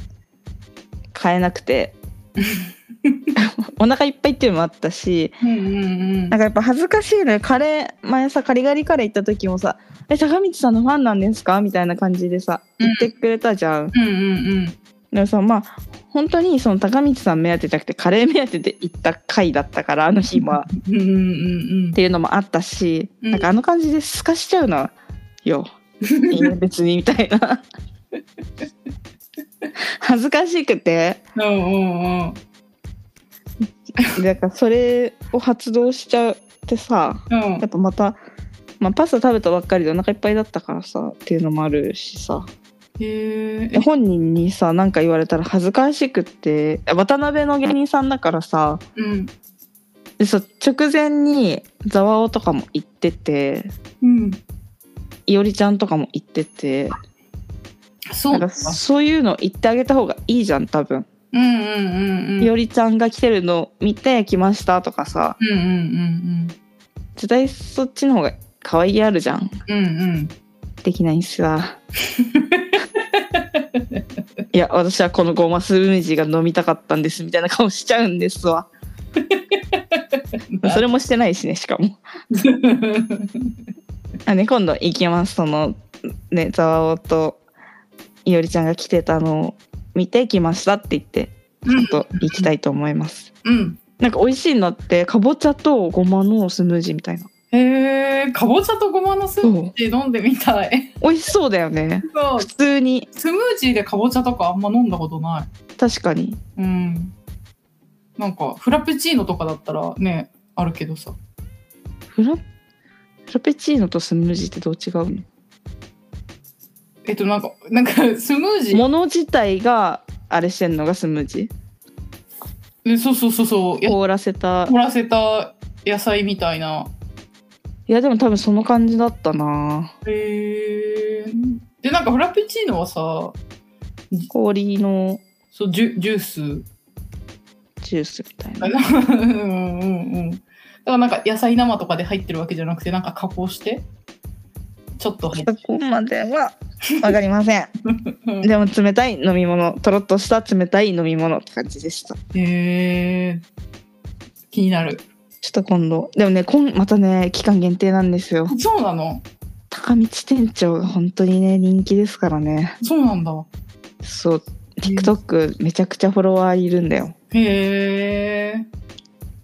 S1: 買えなくてお腹いっぱいっていうのもあったし
S2: うん、うん、
S1: なんかやっぱ恥ずかしいのよカレー前さカリガリカレー行った時もさ「え坂道さんのファンなんですか?」みたいな感じでさ
S2: うん
S1: 言ってくれたじゃん。
S2: うん、うん、
S1: でもさまあ本当にその高道さん目当てじゃなくてカレー目当てで行った回だったからあの日は。
S2: うん、うん、うん
S1: っ、ていうのもあったし、
S2: うん
S1: なんかあの感じで透かしちゃうの よいいよ別にみたいな恥ずかしくて
S2: うん、うん、
S1: だからそれを発動しちゃってさやっぱまた、まあ、パスタ食べたばっかりでお腹いっぱいだったからさっていうのもあるしさ
S2: へ
S1: で
S2: ー
S1: 本人にさ何か言われたら恥ずかしくって渡辺の芸人さんだからさ
S2: うん、
S1: でそう直前にざわおとかも行ってて
S2: うん。
S1: いおりちゃんとかも行ってて
S2: そう
S1: なん
S2: な
S1: か
S2: んだ。
S1: そういうの言ってあげた方がいいじゃん多分、
S2: うん、うん、うん、うん。
S1: いおりちゃんが来てるの見て来ましたとかさ
S2: うん、うん、うん、
S1: 絶対そっちの方が可愛いあるじゃん
S2: うん。うん、うん。
S1: できないんすわいや私はこのゴマスムージーが飲みたかったんですみたいな顔しちゃうんですわそれもしてないしねしかもあ、ね、今度行きますそのねざわおといおりちゃんが来てたのを見て来ましたって言ってちょっと行きたいと思います
S2: うん。
S1: なんか美味しいのってかぼちゃとごまのスムージーみたいな
S2: へえ、かぼちゃとごまのスープって飲んでみたい。
S1: 美味しそうだよね
S2: そう
S1: 普通に
S2: スムージーでかぼちゃとかあんま飲んだことな
S1: 確かに
S2: い。うん。なんか、フラペチーノとかだったらね、あるけどさ。
S1: フラフラペチーノとスムージーってどう違うの
S2: えっと、なんか、なんか、スムージー。
S1: もの自体があれしてんのがスムージ
S2: えそうそうそうそう。
S1: ー
S2: や
S1: 凍らせた
S2: 凍らせた野菜みたいな。
S1: いやでも多分その感じだったな
S2: へえ。で、なんか、フラペチーノはさ、
S1: 氷の
S2: そう、ジュジュース。
S1: ジュースみたい
S2: う
S1: な
S2: んうんうん。だから、なんか、野菜生とかで入ってるわけじゃなくて、なんか加工して、ちょっと入って
S1: そこまではわかりません
S2: うん
S1: でも冷たい飲み物とろっとした冷たい飲み物って感じでした
S2: へえ。気になる。
S1: ちょっと今度でもねこんまたね期間限定なんですよ
S2: そうなの
S1: 高道店長が本当にね人気ですからね
S2: そうなんだ。
S1: そう TikTok めちゃくちゃフォロワーいるんだよ
S2: へえ。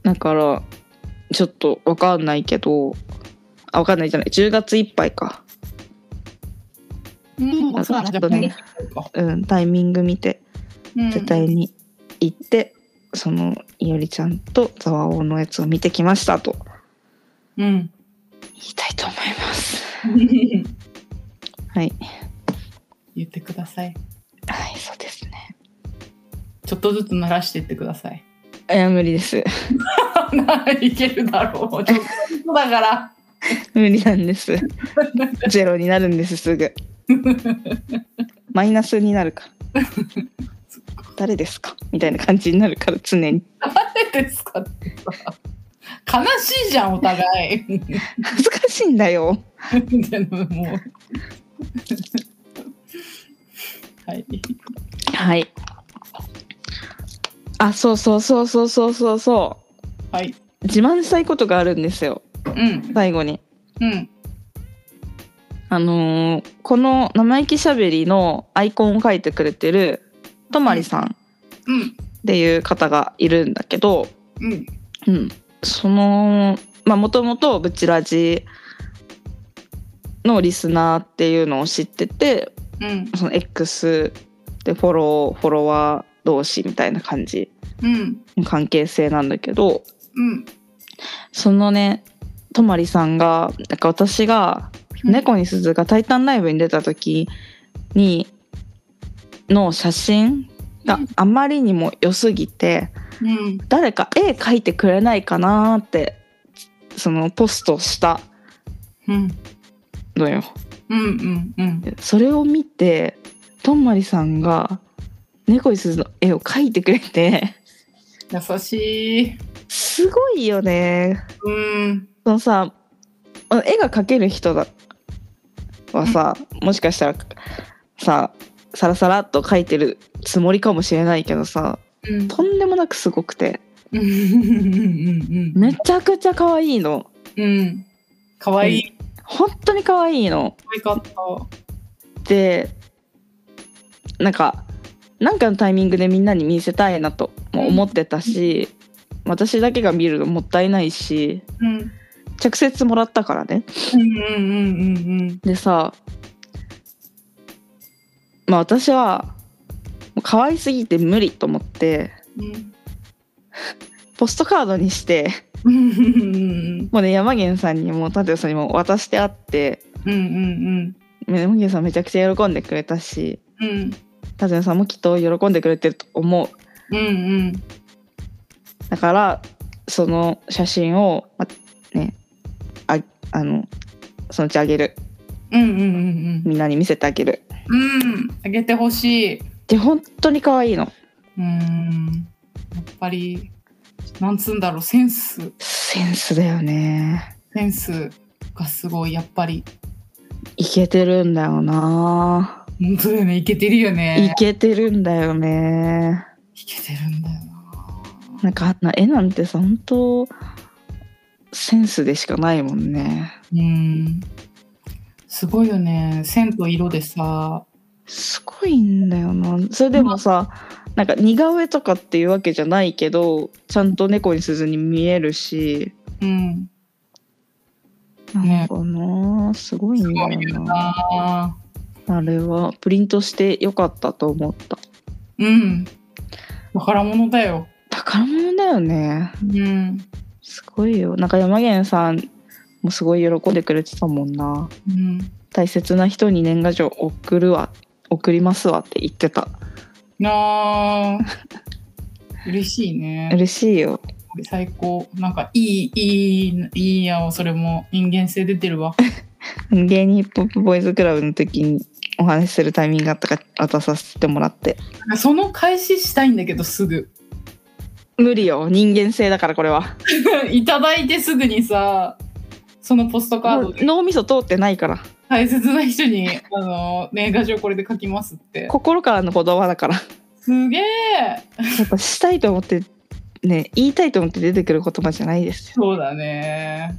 S1: だからちょっとわかんないけどあわかんないじゃない10月いっぱいか
S2: うん
S1: あ
S2: そうだ
S1: ちょっとね
S2: じ
S1: うんタイミング見て
S2: ゃあ
S1: 絶対に行って、そのいおりちゃんとざわおのやつを見てきましたと
S2: うん。
S1: 言いたいと思います
S2: うん
S1: はい
S2: 言ってください。
S1: はいそうですね
S2: ちょっとずつ慣らしていってください。
S1: いや無理です
S2: いけるだろう。ちょっとずつだから。
S1: 無理なん ですゼロになるんですすぐマイナスになるか
S2: そ
S1: 誰ですかみたいな感じになるから常に
S2: 誰ですかってさ。悲しいじゃん、お互い。
S1: 恥ずかしいんだよ
S2: でももう。はい。
S1: はいあそうそうそうそうそうそうそ
S2: はい。
S1: う自慢したいことがあるんですよ
S2: うん。
S1: 最後に
S2: うん。
S1: あのーこの生意気しゃべりのアイコンを書いてくれてるとまりさん
S2: うん。
S1: っていう方がいるんだけど、
S2: うん。
S1: うん、そのまあもともとブチラジのリスナーっていうのを知ってて
S2: うん。
S1: その X でフォローフォロワー同士みたいな感じ
S2: うん。
S1: の関係性なんだけど
S2: うん。
S1: そのねとまりさんがなんか私が「
S2: うん
S1: 猫に鈴」が「タイタンライブ」に出た時にの写真があまりにも良すぎて。
S2: うん。
S1: 誰か絵描いてくれないかなーってそのポストした
S2: うん。
S1: のよ
S2: うん。うん。
S1: それを見てとんまりさんが猫いすずの絵を描いてくれて
S2: 優しい。
S1: すごいよね
S2: うん。
S1: そのさ絵が描ける人だはさもしかしたらささらさらっと描いてるつもりかもしれないけどさ
S2: うん。
S1: とんでもなくすごくて
S2: うん。うん。
S1: めちゃくちゃ可愛いの
S2: うん。かわいい。
S1: 本当に可愛いの
S2: かわいかった。
S1: でなんかなんかのタイミングでみんなに見せたいなとも思ってたし、私だけが見るのもったいないし
S2: うん。
S1: 直接もらったからね
S2: うん。うん。うん。
S1: でさまあ私はもう可愛すぎて無理と思って
S2: うん。
S1: ポストカードにして
S2: うん。うん。
S1: もうね山源さんにも舘さんにも渡してあって
S2: うん。うん。
S1: 山源さんめちゃくちゃ喜んでくれたし
S2: うん。
S1: 舘野さんもきっと喜んでくれてると思う
S2: うん。
S1: だからその写真を、まねああのそのうちあげる
S2: うん。うん。うん。
S1: みんなに見せてあげる
S2: うん、あげてほしい。
S1: で本当に可愛いの
S2: うん、やっぱり、なんつうんだろう、センス、
S1: センスだよね
S2: センスがすごい、やっぱり。
S1: いけてるんだよな
S2: 本当だよね、いけてるよ
S1: い
S2: ね。
S1: けてるんだよね
S2: いけてるんだよな。
S1: なんかあんな絵なんてさ本当センスでしかないもんね
S2: うん。すごいよね、線と色でさ。
S1: すごいんだよなそれでもさなんか似顔絵とかっていうわけじゃないけどちゃんと猫に鈴に見えるし
S2: うん。
S1: なんかな、すごいんだ
S2: す
S1: よな。
S2: ああ。
S1: あれはプリントしてよかったと思った。
S2: うん。宝物だよ。
S1: 宝物だよね。
S2: うん。
S1: すごいよ。なんか山源さんもすごい喜んでくれてたもんな。
S2: うん。
S1: 大切な人に年賀状送るわ、送りますわって言ってた。
S2: なあ。嬉しいね。
S1: 嬉しいよ。
S2: 最高なんかいいいいいいやんそれも人間性出てるわ
S1: 芸人ヒップホップボーイズクラブの時にお話しするタイミングがあったから渡させてもらって。
S2: その開始したいんだけどすぐ
S1: 無理よ。人間性だからこれは。
S2: いただいてすぐにさそのポストカー
S1: も
S2: ド
S1: う
S2: で
S1: 脳みそ通ってないから。
S2: 大切な 人に「あの年賀状これで書きます」って
S1: 心からの言葉だ から。
S2: すげえ
S1: やっぱしたいと思ってね言いたいと思って出てくる言葉じゃないですよ
S2: そうだね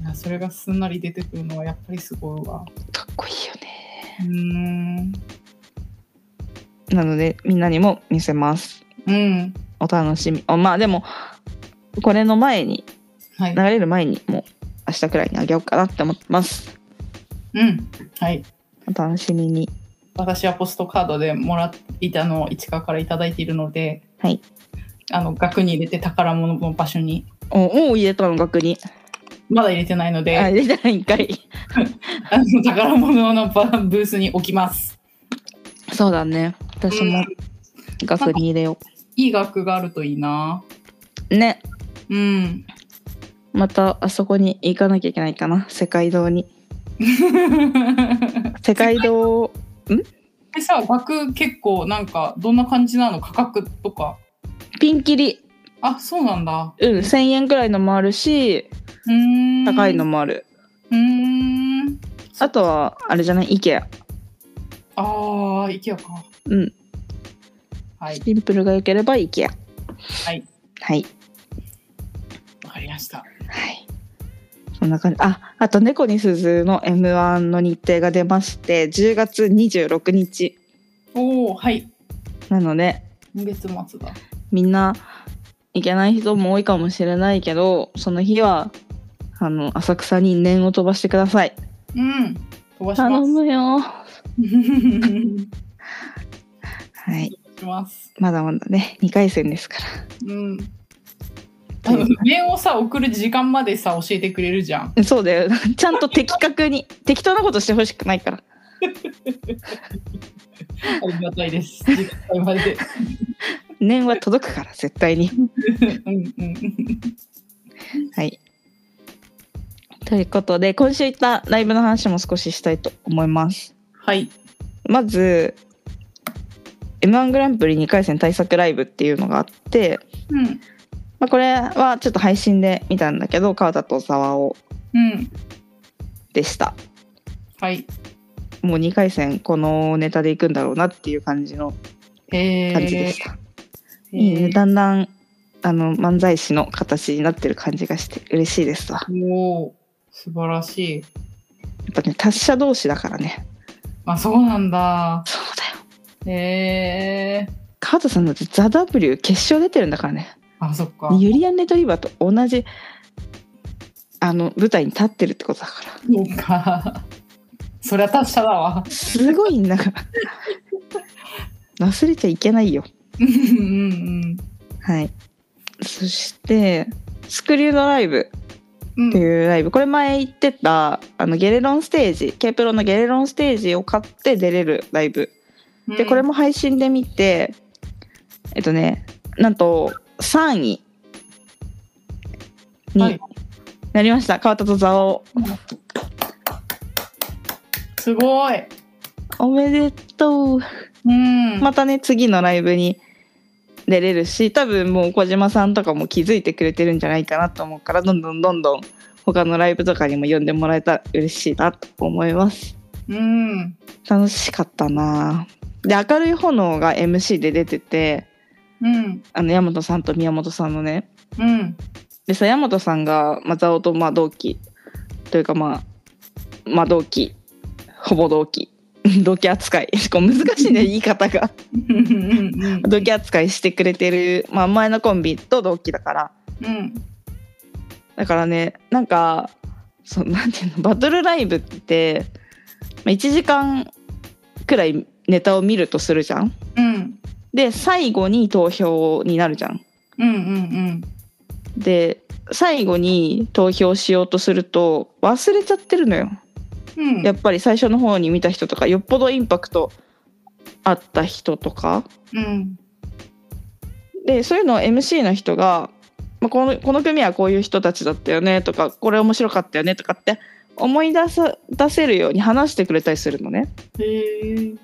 S2: いやそれがすんなり出てくるのはやっぱりすごいわ
S1: かっこいいよね
S2: うーん
S1: なのでみんなにも見せます
S2: うん
S1: お楽しみおまあでもこれの前に
S2: はい
S1: 流れる前にもう明明日くらいにあげようかなって思ってます。
S2: うん。はい。
S1: お楽しみに。
S2: 私はポストカードでもらっていたのを市川からいただいているので、
S1: はい。
S2: あの、額に入れて宝物の場所に、
S1: おもう入れたの額に。
S2: まだ入れてないの
S1: あ
S2: で、
S1: 入れてないんかい。
S2: あの宝物のバブースに置きます。
S1: そうだね。私
S2: う
S1: も
S2: ん
S1: 額に入れよ
S2: いい額があるといいな。
S1: う。ね。
S2: うん。
S1: またあそこに行かなきゃいけないかな。世界堂に。世界堂。
S2: でさ、額結構なんか、どんな感じなの価格とか。
S1: ピンキリ。
S2: あ、そうなんだ。
S1: うん、1000円くらいのもあるし、
S2: うーん。
S1: 高いの。もある。
S2: うーん。
S1: あとは、あれじゃない ?IKEA。
S2: ああ、いきやか。
S1: うん。
S2: はい。
S1: シンプルが良ければ IKEA。
S2: はい。
S1: はい。
S2: わかりました。
S1: はい。そんな感じ。あ、あと、猫に鈴の M1 の日程が出まして、10月26日。
S2: おお、はい。
S1: なので、
S2: 今月末だ。
S1: みんな行けない人も多いかもしれないけど、その日は、あの、浅草に念を飛ばしてください。
S2: うん。飛ばし
S1: 頼
S2: ます。
S1: むよ。
S2: 飛
S1: はい。
S2: ばします。
S1: まだまだね、2回戦ですか
S2: うん。あの、面をさ、送る時間までさ、教えてくれるじゃん。
S1: ら。そうだよ。ちゃんと的確に、適当なことしてほしくないから。
S2: ありがたいです。時間まで。
S1: 念は届くから、絶対に。
S2: うんうん。
S1: はい。ということで、今週行ったライブの話も少ししたいと思います。
S2: はい。
S1: まず、M1 グランプリ2回戦対策ライブっていうのがあって、
S2: うん。
S1: まあ、これはちょっと配信で見たんだけど、川田と沢尾
S2: うん。
S1: でした。
S2: はい。
S1: もう2回戦このネタで行くんだろうなっていう感じの
S2: へえ。
S1: 感じでした。
S2: へー
S1: いいね。だんだん、あの、漫才師の形になってる感じがして嬉しいですわ。や
S2: おお、素晴らしい。
S1: っぱね、達者同士だからね。
S2: まあ、そうなんだ。
S1: そうだよ。
S2: へえ。
S1: 川田さんだってザ・ W 決勝出てるんだからね。
S2: あ、そっか。
S1: ユリアン・レトリバーと同じあの舞台に立ってるってことだか
S2: そうか。 そりゃ達者だわ
S1: ら。すごいんだから忘れちゃいけないよ
S2: うんうん
S1: はいそしてスクリューのライブ
S2: うん。
S1: って
S2: うん。
S1: いうライブこれ前言ってたあのゲレロンステージ K プロのゲレロンステージを買って出れるライブでこれも配信で見てえっとねなんと3位
S2: は
S1: に
S2: い
S1: なりました、川田と蔵王
S2: すごい。
S1: おめでとう
S2: うん。
S1: またね次のライブに出れるし多分もう小島さんとかも気づいてくれてるんじゃないかなと思うからどんどんどんどん他のライブとかにも呼んでもらえたら嬉しいなと思います
S2: うん。
S1: 楽しかったなで明るい炎が MC で出てて
S2: うん。
S1: あの大和さんと宮本さんのね
S2: うん。
S1: でさ大和さんが松尾とまあ同期というかまあまあ同期ほぼ同期同期扱い こう難しいね言い方が
S2: うんうんうん。
S1: 同期扱いしてくれてる、まあ、前のコンビと同期だから
S2: うん。
S1: だからねなんかそうなんていうのバトルライブって、まあ、1時間くらいネタを見るとするじゃん
S2: うん。
S1: で最後に投票になるじゃん
S2: うんうん
S1: で最後に投票しようとすると忘れちゃってるのよ
S2: うん。うん。
S1: やっぱり最初の方に見た人とかよっぽどインパクトあった人とか
S2: うん。
S1: でそういうのを MC の人が、まあ、このこの組はこういう人たちだったよねとかこれ面白かったよねとかって思い出さ出せるように話してくれたりするのね。
S2: へえ。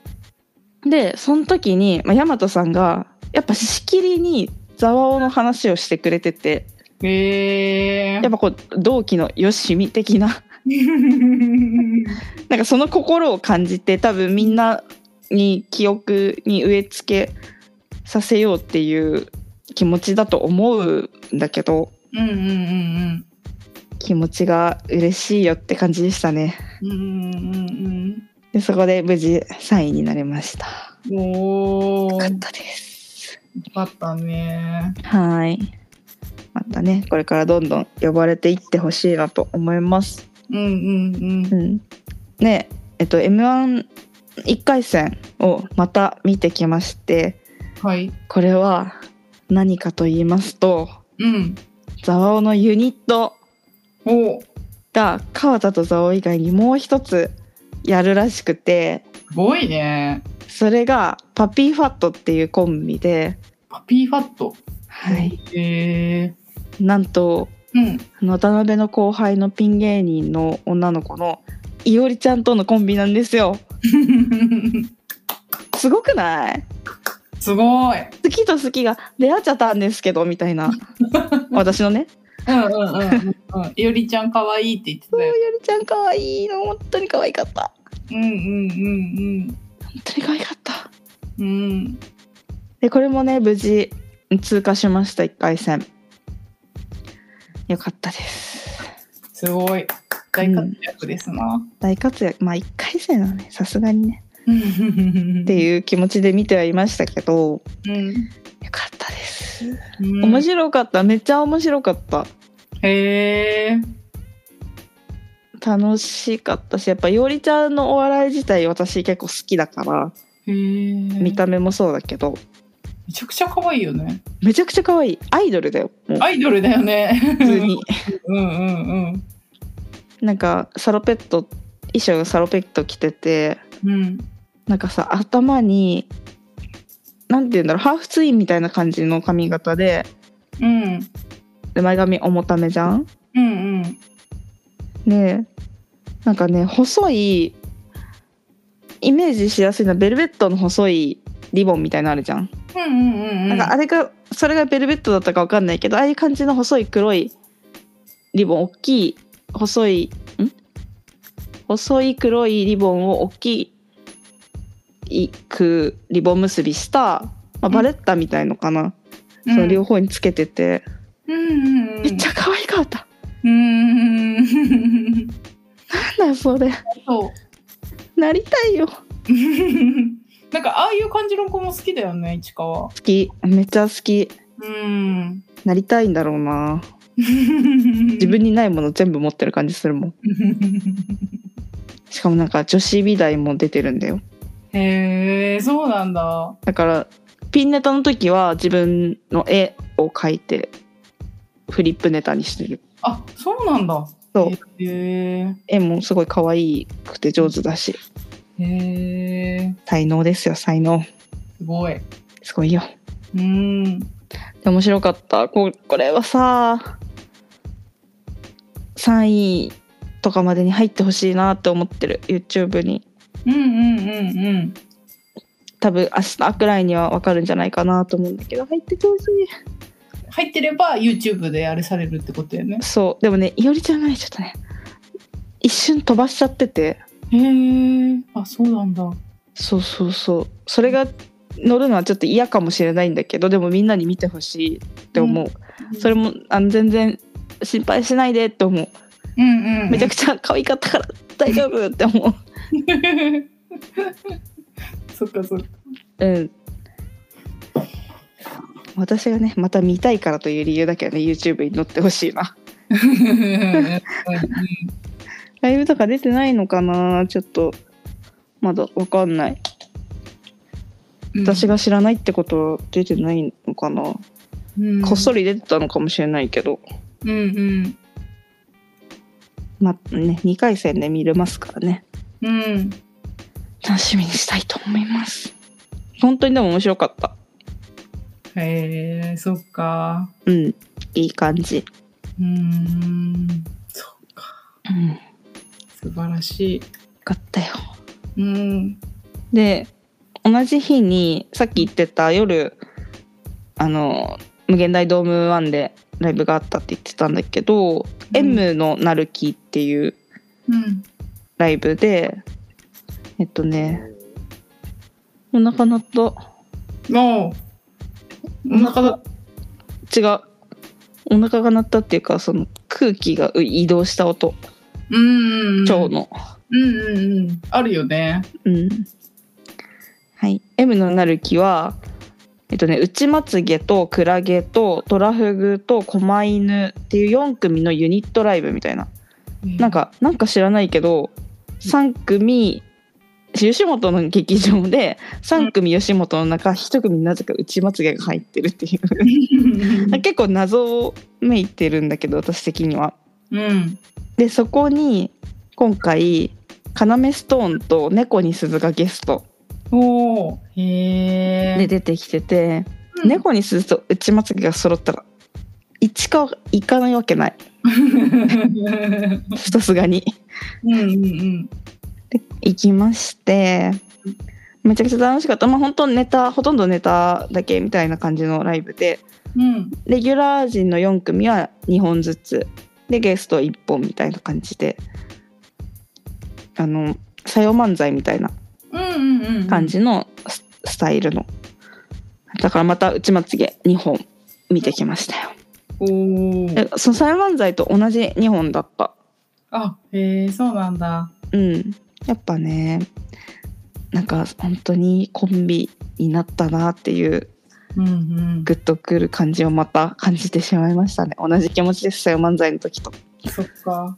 S1: でその時に、まあ、大和さんがやっぱしきりにざわおの話をしてくれてて
S2: へえ
S1: やっ。ぱこう同期のよしみ的な なんかその心を感じて多分みんなに記憶に植え付けさせようっていう気持ちだと思うんだけど。
S2: うんうんうん
S1: 気持ちが嬉しいよって感じでしたね
S2: うん。うんうんうん
S1: でそこで無事3位になれました
S2: うん。おお。
S1: よかっ
S2: よ
S1: たです
S2: かったね。
S1: はいまたねこれからどんどん呼ばれていってほしいなと思います。
S2: うんうん
S1: う、
S2: うん
S1: ねえっと m 1 1回戦をまた見てきまして
S2: ん。はい。
S1: これは何かと言いますと
S2: うん。
S1: ザワオのユニット
S2: おす
S1: が川田とザオ以外にもう一つやるらしくて
S2: ごいね。
S1: それがパピーファットっていうコンビで、
S2: パピーファット。
S1: はい、。
S2: え
S1: なんと
S2: ー。うん。
S1: あの渡辺の後輩のピン芸人の女の子のいおりちゃんとのコンビなんですよすごくない
S2: すごい。
S1: 好きと好きが出会っちゃったんですけどみたい な私のね
S2: うんうんうんうんうん。いおりちゃん可愛いって言って
S1: う
S2: た
S1: ん
S2: よ。
S1: いおりちゃん可愛いの本当に可愛かった
S2: うんうん
S1: 本当に可愛かった
S2: うんうん。うん。
S1: でこれもね無事通過しました1回戦よかったです
S2: すごい。大活躍ですな。
S1: 大活躍まあ1回戦はねさすがにね
S2: っ
S1: っていう気持ちで見てはいましたけど
S2: うん。
S1: よかったです
S2: うん。
S1: 面白かっためっちゃ面白かった
S2: へえ。
S1: 楽しかったしやっぱいおりちゃんのお笑い自体私結構好きだから
S2: へえ。
S1: 見た目もそうだけど
S2: めちゃくちゃ可愛いよね。
S1: めちゃくちゃ可愛いアイドルだよもう
S2: アイドルだよね。
S1: 普通に
S2: うんうん
S1: なんかサロペット衣装がサロペット着てて
S2: うん。うん。
S1: なんかさ頭になんて言うんだろうハーフツインみたいな感じの髪型で
S2: うん。
S1: で前髪重ためじゃん
S2: うんうん。
S1: ねえなんかね細いイメージしやすいのはベルベットの細いリボンみたいなのあるじゃん、
S2: うんうんうんうん。
S1: なんかあれがそれがベルベットだったかわかんないけどああいう感じの細い黒いリボン大きい細いん細い黒いリボンを大きいくリボン結びした、まあ、バレッタみたいのかな、
S2: うん
S1: その両方につけてて、
S2: うんうんうん。
S1: めっちゃ可愛かった
S2: うんうんうん。
S1: なんだよそれ
S2: そう。
S1: なりたいよ好
S2: なんかああいう感じの子も好きだよね、市川。
S1: きめっちゃ好き
S2: うん。
S1: なりたいんだろうな自
S2: 自
S1: 分。にないもの全部持ってる感じするもんしかもなんか女子美大も出てるんだよ
S2: へえ、そうなんだ。
S1: だからピンネタの時は自分の絵を描いてフリップネタにしてる
S2: あ、そうなんだ。
S1: そう
S2: へえ。
S1: 絵もすごい可愛くて上手だし
S2: へえ。
S1: 才能ですよ才能
S2: すごい。
S1: すごいよ
S2: うん。
S1: で面白かったここれはさ3位とかまでに入ってほしいなって思ってる YouTube に
S2: うんうんうんうん。
S1: 多分明日くらいには分かるんじゃないかなと思うんだけど入っててほしい
S2: 入ってれば YouTube であれされるってことだよね。
S1: そうでもねいおりちゃんがねちょっとね一瞬飛ばしちゃってて
S2: へえ。あ、そうなんだ。
S1: そうそうそうそれが乗るのはちょっと嫌かもしれないんだけどでもみんなに見てほしいって思う、それもあの全然心配しないでって思う
S2: うんうんうん。
S1: めちゃくちゃ可愛かったから大丈夫って思う
S2: そっかそっか。
S1: うん私がねまた見たいからという理由だけはね YouTube に載ってほしいなライブとか出てないのかなちょっとまだわかんない 私
S2: が、
S1: が知らないってことは出てないのかな、こっそり出てたのかもしれないけど
S2: り。うん
S1: まあね2回戦で見れますからね
S2: うん。うん。
S1: 楽しみにしたいと思います本当にでも面白かった
S2: へえ、そっか。
S1: うんいい感じ、
S2: うーん。そっか。
S1: うん、よ
S2: 素晴らしい。
S1: かったよ
S2: うん。
S1: で同じ日にさっき言ってた夜あの無限大ドーム1でライブがあったって言ってたんだけど、
S2: ん
S1: M のなるきっていう
S2: うん。
S1: ライブでえっとねお腹鳴った
S2: おうお腹だ。
S1: 違うお腹が鳴ったっていうかその空気が移動した音
S2: うん。
S1: 腸の
S2: うんうんうん。あるよね。
S1: うん、はい M のなるきはえっとね、うちまつげとクラゲとトラフグと狛犬っていう4組のユニットライブみたいななんかなんか知らないけど3組吉本の劇場で3組吉本の中1組になぜかうちまつげが入ってるっていう結構謎めいてるんだけど私的には。
S2: うん。
S1: でそこに今回要ストーンと猫に鈴がゲスト
S2: おお。へえ。
S1: で出てきてて、
S2: うん。
S1: 猫に鈴とうちまつげが揃ったら1か行かないわけないさすがに。
S2: うんうん
S1: 行きましてめちゃくちゃ楽しかったまあ本当ネタほとんどネタだけみたいな感じのライブで
S2: うん。うん。
S1: レギュラー陣の4組は2本ずつでゲスト1本みたいな感じであのさよ漫才みたいな
S2: うんうんうん。
S1: 感。じのス,、スタイルのだからまたうちまつげ2本見てきましたよ
S2: おお。
S1: でそのさよ漫才と同じ2本だった
S2: あ、へえ、そうなんだ。
S1: うん、やっぱねなんか本当にコンビになったなっていう
S2: うんうん。
S1: グッとくる感じをまた感じてしまいましたね同じ気持ちでしたよ漫才の時と
S2: そっ か。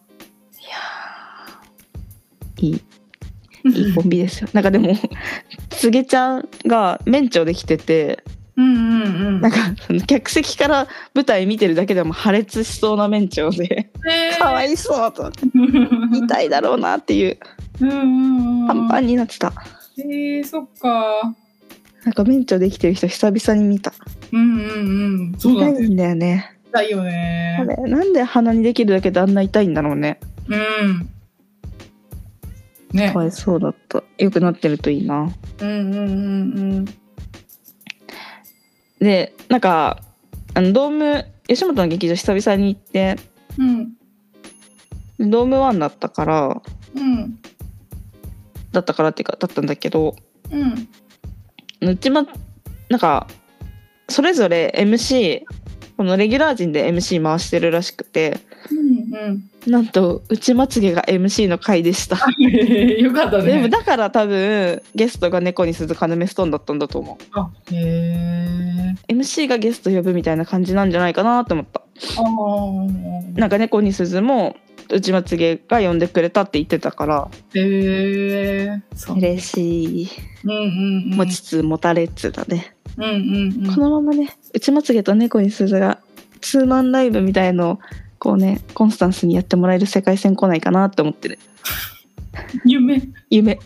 S1: いいい いコンビですよなんかでもつげちゃんが免長できてて
S2: うんうんうん。
S1: なんかその客席から舞台見てるだけでも破裂しそうな免長で
S2: へー
S1: かわいそうと
S2: う
S1: 痛いだろうなっていうん
S2: うんうん。
S1: パンパンになってた
S2: へえ、そっか。
S1: なんか免長できてる人久々に見た
S2: うんうんうん。そう
S1: 痛
S2: だ
S1: い
S2: ね。
S1: んだよね
S2: 痛いよ
S1: あ
S2: ね。
S1: れなんで鼻にできるだけであんな痛いんだろうね
S2: うん。ね
S1: か。わいそうだった良くなってるといいな
S2: うんうんうん
S1: でなんかあのドーム吉本の劇場久々に行って
S2: うん。うん
S1: ドームワンだったから
S2: うん
S1: だったからっていうかだったんだけど
S2: うん
S1: うちまなんかそれぞれ MC このレギュラー陣で MC 回してるらしくて
S2: うんうん。
S1: なんとうちまつげが MC の回でした
S2: へえ、よかったね。
S1: でもだから多分ゲストが猫に鈴金目ストーンだったんだと思う
S2: あへえ。
S1: MC がゲスト呼ぶみたいな感じなんじゃないかなと思った
S2: ああ。
S1: なんか猫に鈴もうちまつげが呼んでくれたって言ってたから
S2: へえ。そう。
S1: 嬉しい
S2: うんうんうん。
S1: 持ちつ持たれつだね、
S2: うんうんうん。
S1: このままねうちまつげと猫に鈴がツーマンライブみたいのをこうねコンスタンスにやってもらえる世界線来ないかなって思ってる
S2: 夢。
S1: 夢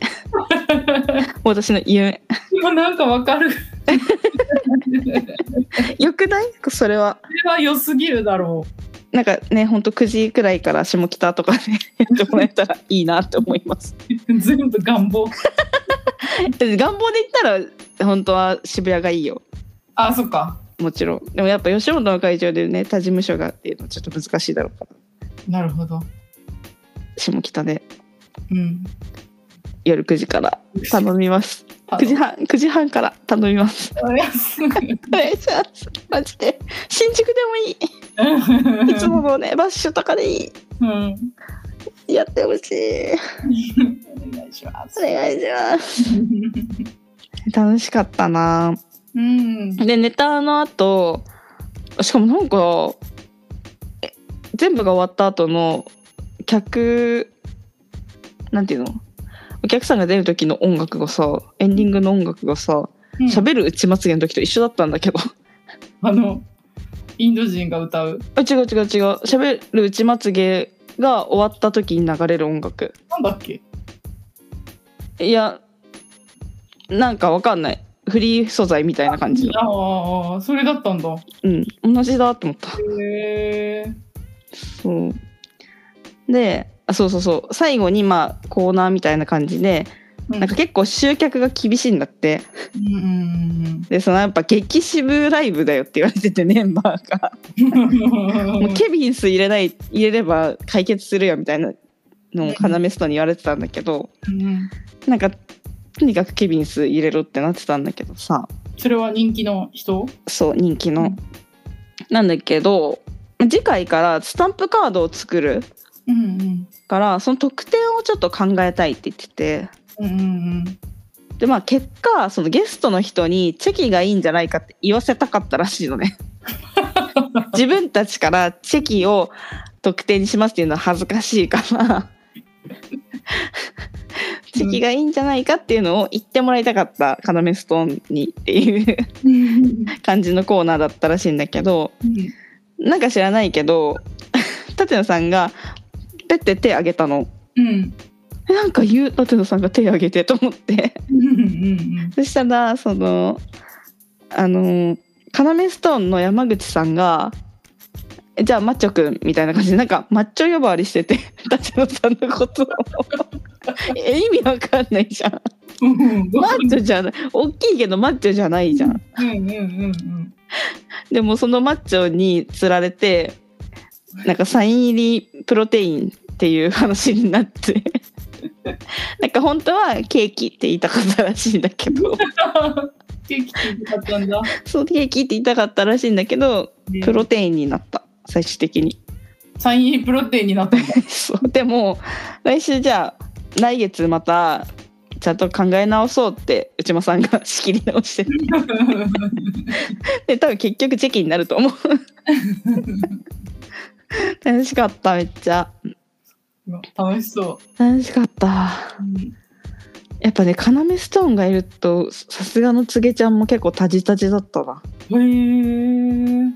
S1: 私の夢
S2: 今 なんかわかる。こ
S1: よくないそれは
S2: れは良すぎるだろ
S1: なんかねほんと9時くらいから下北とかで やってもらえたらいいなって思います
S2: う。全部願望。
S1: で願望で言ったら本当は渋谷がいいよ
S2: あ、そっか。
S1: もちろんでもやっぱ吉本の会場でね他事務所がっていうのはちょっと難しいだろうから
S2: なるほど。
S1: 下北で
S2: うん。
S1: 夜9時から頼みます9時 半9時半から頼みます
S2: あれすごい
S1: お願いしますマジで新宿でもいいいつものねバッシュとかでい
S2: うん。お
S1: いやってほしい
S2: 願いします
S1: お。願いします楽しかったな
S2: うん。
S1: でネタの後しかもなんかえ全部が終わった後の客なんていうのお客さんが出る時の音楽がさエンディングの音楽がさ
S2: うん
S1: 喋、るうちまつげの時と一緒だったんだけど
S2: あのインド人が歌う。
S1: あ 違う違う違う喋るうちまつげが終わった時に流れる音楽
S2: なんだっけ？
S1: いやなんかわかんないフリー素材みたいな感じの
S2: ああ、それだったんだ。
S1: うん同じだと思った
S2: へえ。
S1: そうであそうそうそう最後にまあコーナーみたいな感じで
S2: な
S1: なんか結構集客が厳しいんだって
S2: うんうん
S1: でそのやっぱ激渋ライブだよって言われてて メンバーが、
S2: うん。
S1: もうケビンス入れない入れれば解決するよみたいなのを要ストに言われてたんだけど
S2: うん
S1: なんかとにかくケビンス入れろってなってたんだけどさ
S2: それは人気の人？
S1: そう人気のなんだけど次回からスタンプカードを作る
S2: うんうん
S1: からその特典をちょっと考えたいって言ってて
S2: うんうん
S1: でまあ結果そのゲストの人にチェキがいいんじゃないかって言わせたかったらしいのね自分たちからチェキを特定にしますっていうのは恥ずかしいからチェキがいいんじゃないかっていうのを言ってもらいたかった要ストーンにっていう
S2: うん
S1: 感じのコーナーだったらしいんだけどなんか知らないけど舘野さんがペッて手あげたの
S2: うん
S1: えなんか言う舘野さんが手あげてと思って
S2: うんうん
S1: そしたらそのあの要ストーンの山口さんが「えじゃあマッチョくん」みたいな感じでなんかマッチョ呼ばわりしてて舘野さんのことをえ意味わかんないじゃん
S2: うん
S1: マッチョじゃない大きいけどマッチョじゃないじゃん
S2: うんうんうん
S1: でもそのマッチョにつられてなんかサイン入りプロテインっていう話になってなんか本当はケーキって言いたかったらしいんだけど
S2: ケーキ食べたかったんだ。
S1: そうケーキって言いたかったらしいんだけど
S2: で
S1: プロテインになった最終的に
S2: サイン入りプロテインになったんだ。
S1: そうでも来週じゃあ来月またちゃんと考え直そうって内間さんが仕切り直しててで多分結局チェキになると思う楽しかっためっちゃ
S2: 楽しそ
S1: 楽しかった
S2: う。うん
S1: やっぱね要ストーンがいるとさすがのつげちゃんも結構タジタジだったな
S2: へー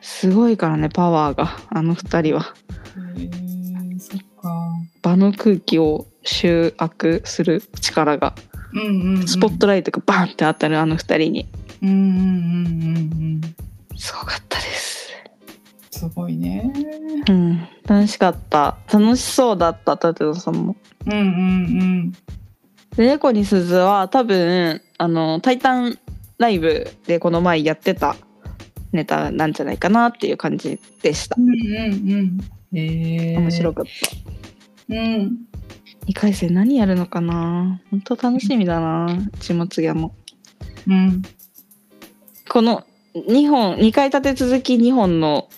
S1: すごいからねパワーがあの二人は
S2: へーそっか。
S1: 場の空気を集悪する力が
S2: うんうんうん。
S1: スポットライトがバンって当たるあの二人に
S2: うんうんうんうんうん。
S1: すごかったです
S2: すごいね。
S1: うん楽しかった楽しそうだった舘野さんも
S2: うんうん
S1: で猫に鈴は多分あの「タイタンライブ」でこの前やってたネタなんじゃないかなっていう感じでした
S2: うん。うんうんうん。へえ。
S1: 面白
S2: く。
S1: かった
S2: うん。
S1: 2回戦何やるのかな本当楽しみだなちもつげも
S2: うん。
S1: この2本2回立て続き2本の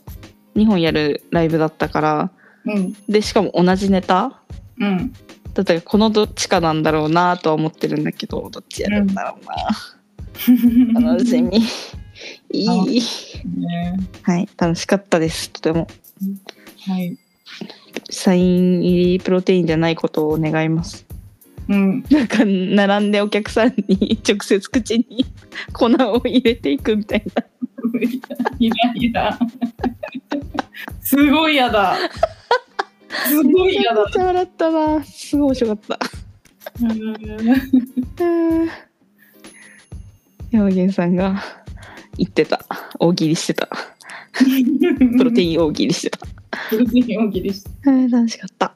S1: 2本やるライブだったから
S2: うん。
S1: でしかも同じネタ
S2: うん。
S1: だったらこのどっちかなんだろうなとは思ってるんだけどどっちやるんだろうな、楽しみいい
S2: ね。
S1: はい楽しかったですとても
S2: はい。
S1: サイン入りプロテインじゃないことを願います
S2: うん。
S1: なんか並んでお客さんに直接口に粉を入れていくみたいない
S2: らいら。すごいやだ。すごい
S1: めち
S2: や
S1: ゃ
S2: だ
S1: く。ちゃ笑ったなすごい面白かった
S2: うん
S1: うん 山源さんが言ってた大喜利してたプロテイン大喜利してた、
S2: プロテイン大喜利して。
S1: うん楽しかった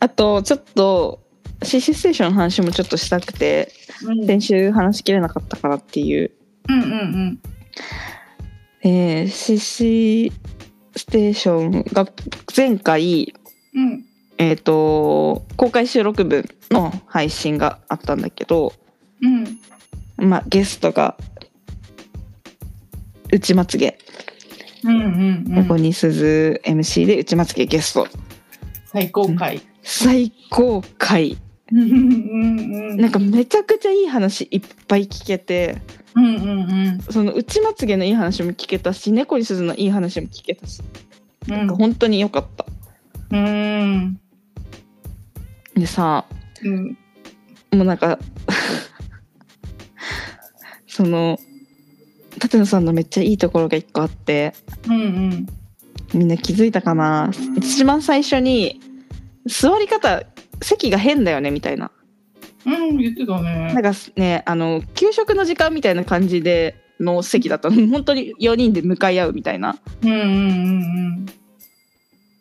S1: あとちょっと CC ステーションの話もちょっとしたくて
S2: うんうん
S1: 先週話しきれなかったからっていう、
S2: うん
S1: えー、CC ステーションが前回
S2: うん。うん
S1: えっ、と公開収録分の配信があったんだけど、
S2: うん。
S1: まあ、ゲストが内まつげ
S2: うんうんう
S1: ここ
S2: ん。
S1: に鈴 MC で内まつげゲスト
S2: 最高回。
S1: 最高回
S2: うんうんうん。
S1: なんかめちゃくちゃいい話いっぱい聞けて
S2: うんうんうん。
S1: その内まつげのいい話も聞けたし猫に鈴のいい話も聞けたし
S2: な
S1: なんか本当に良かった
S2: うん。
S1: でさ
S2: うん。
S1: もうなんか その舘野さんのめっちゃいいところが一個あって
S2: うん
S1: みんな気づいたかな一番最初に座り方席が変だよねみたいな
S2: うん。うん、言ってた
S1: な
S2: ね
S1: ん。かねあの給食の時間みたいな感じでの席だったの本当に4人で向かい合うみたいな
S2: うんうんうん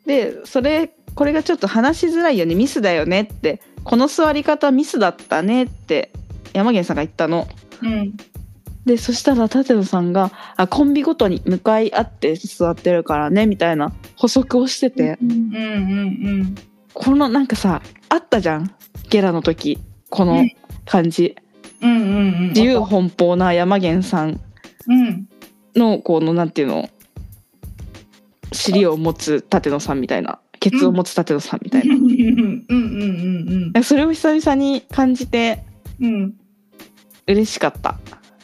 S1: でそれこれがちょっと話しづらいよねミスだよねってこの座り方ミスだったねって山源さんが言ったの
S2: うん。うん。
S1: でそしたら舘野さんがあコンビごとに向かい合って座ってるからねみたいな補足をしてて、
S2: うんうん
S1: このなんかさあったじゃんゲラの時この感じ、
S2: うん。うんうんうん。
S1: 自由奔放な山源さん
S2: うん。
S1: のこのなんていうの尻を持つ舘野さんみたいなケツを持つ舘野さんみたいな、
S2: うんうんうんうん
S1: なんかそれを久々に感じて
S2: うん。
S1: 嬉しかった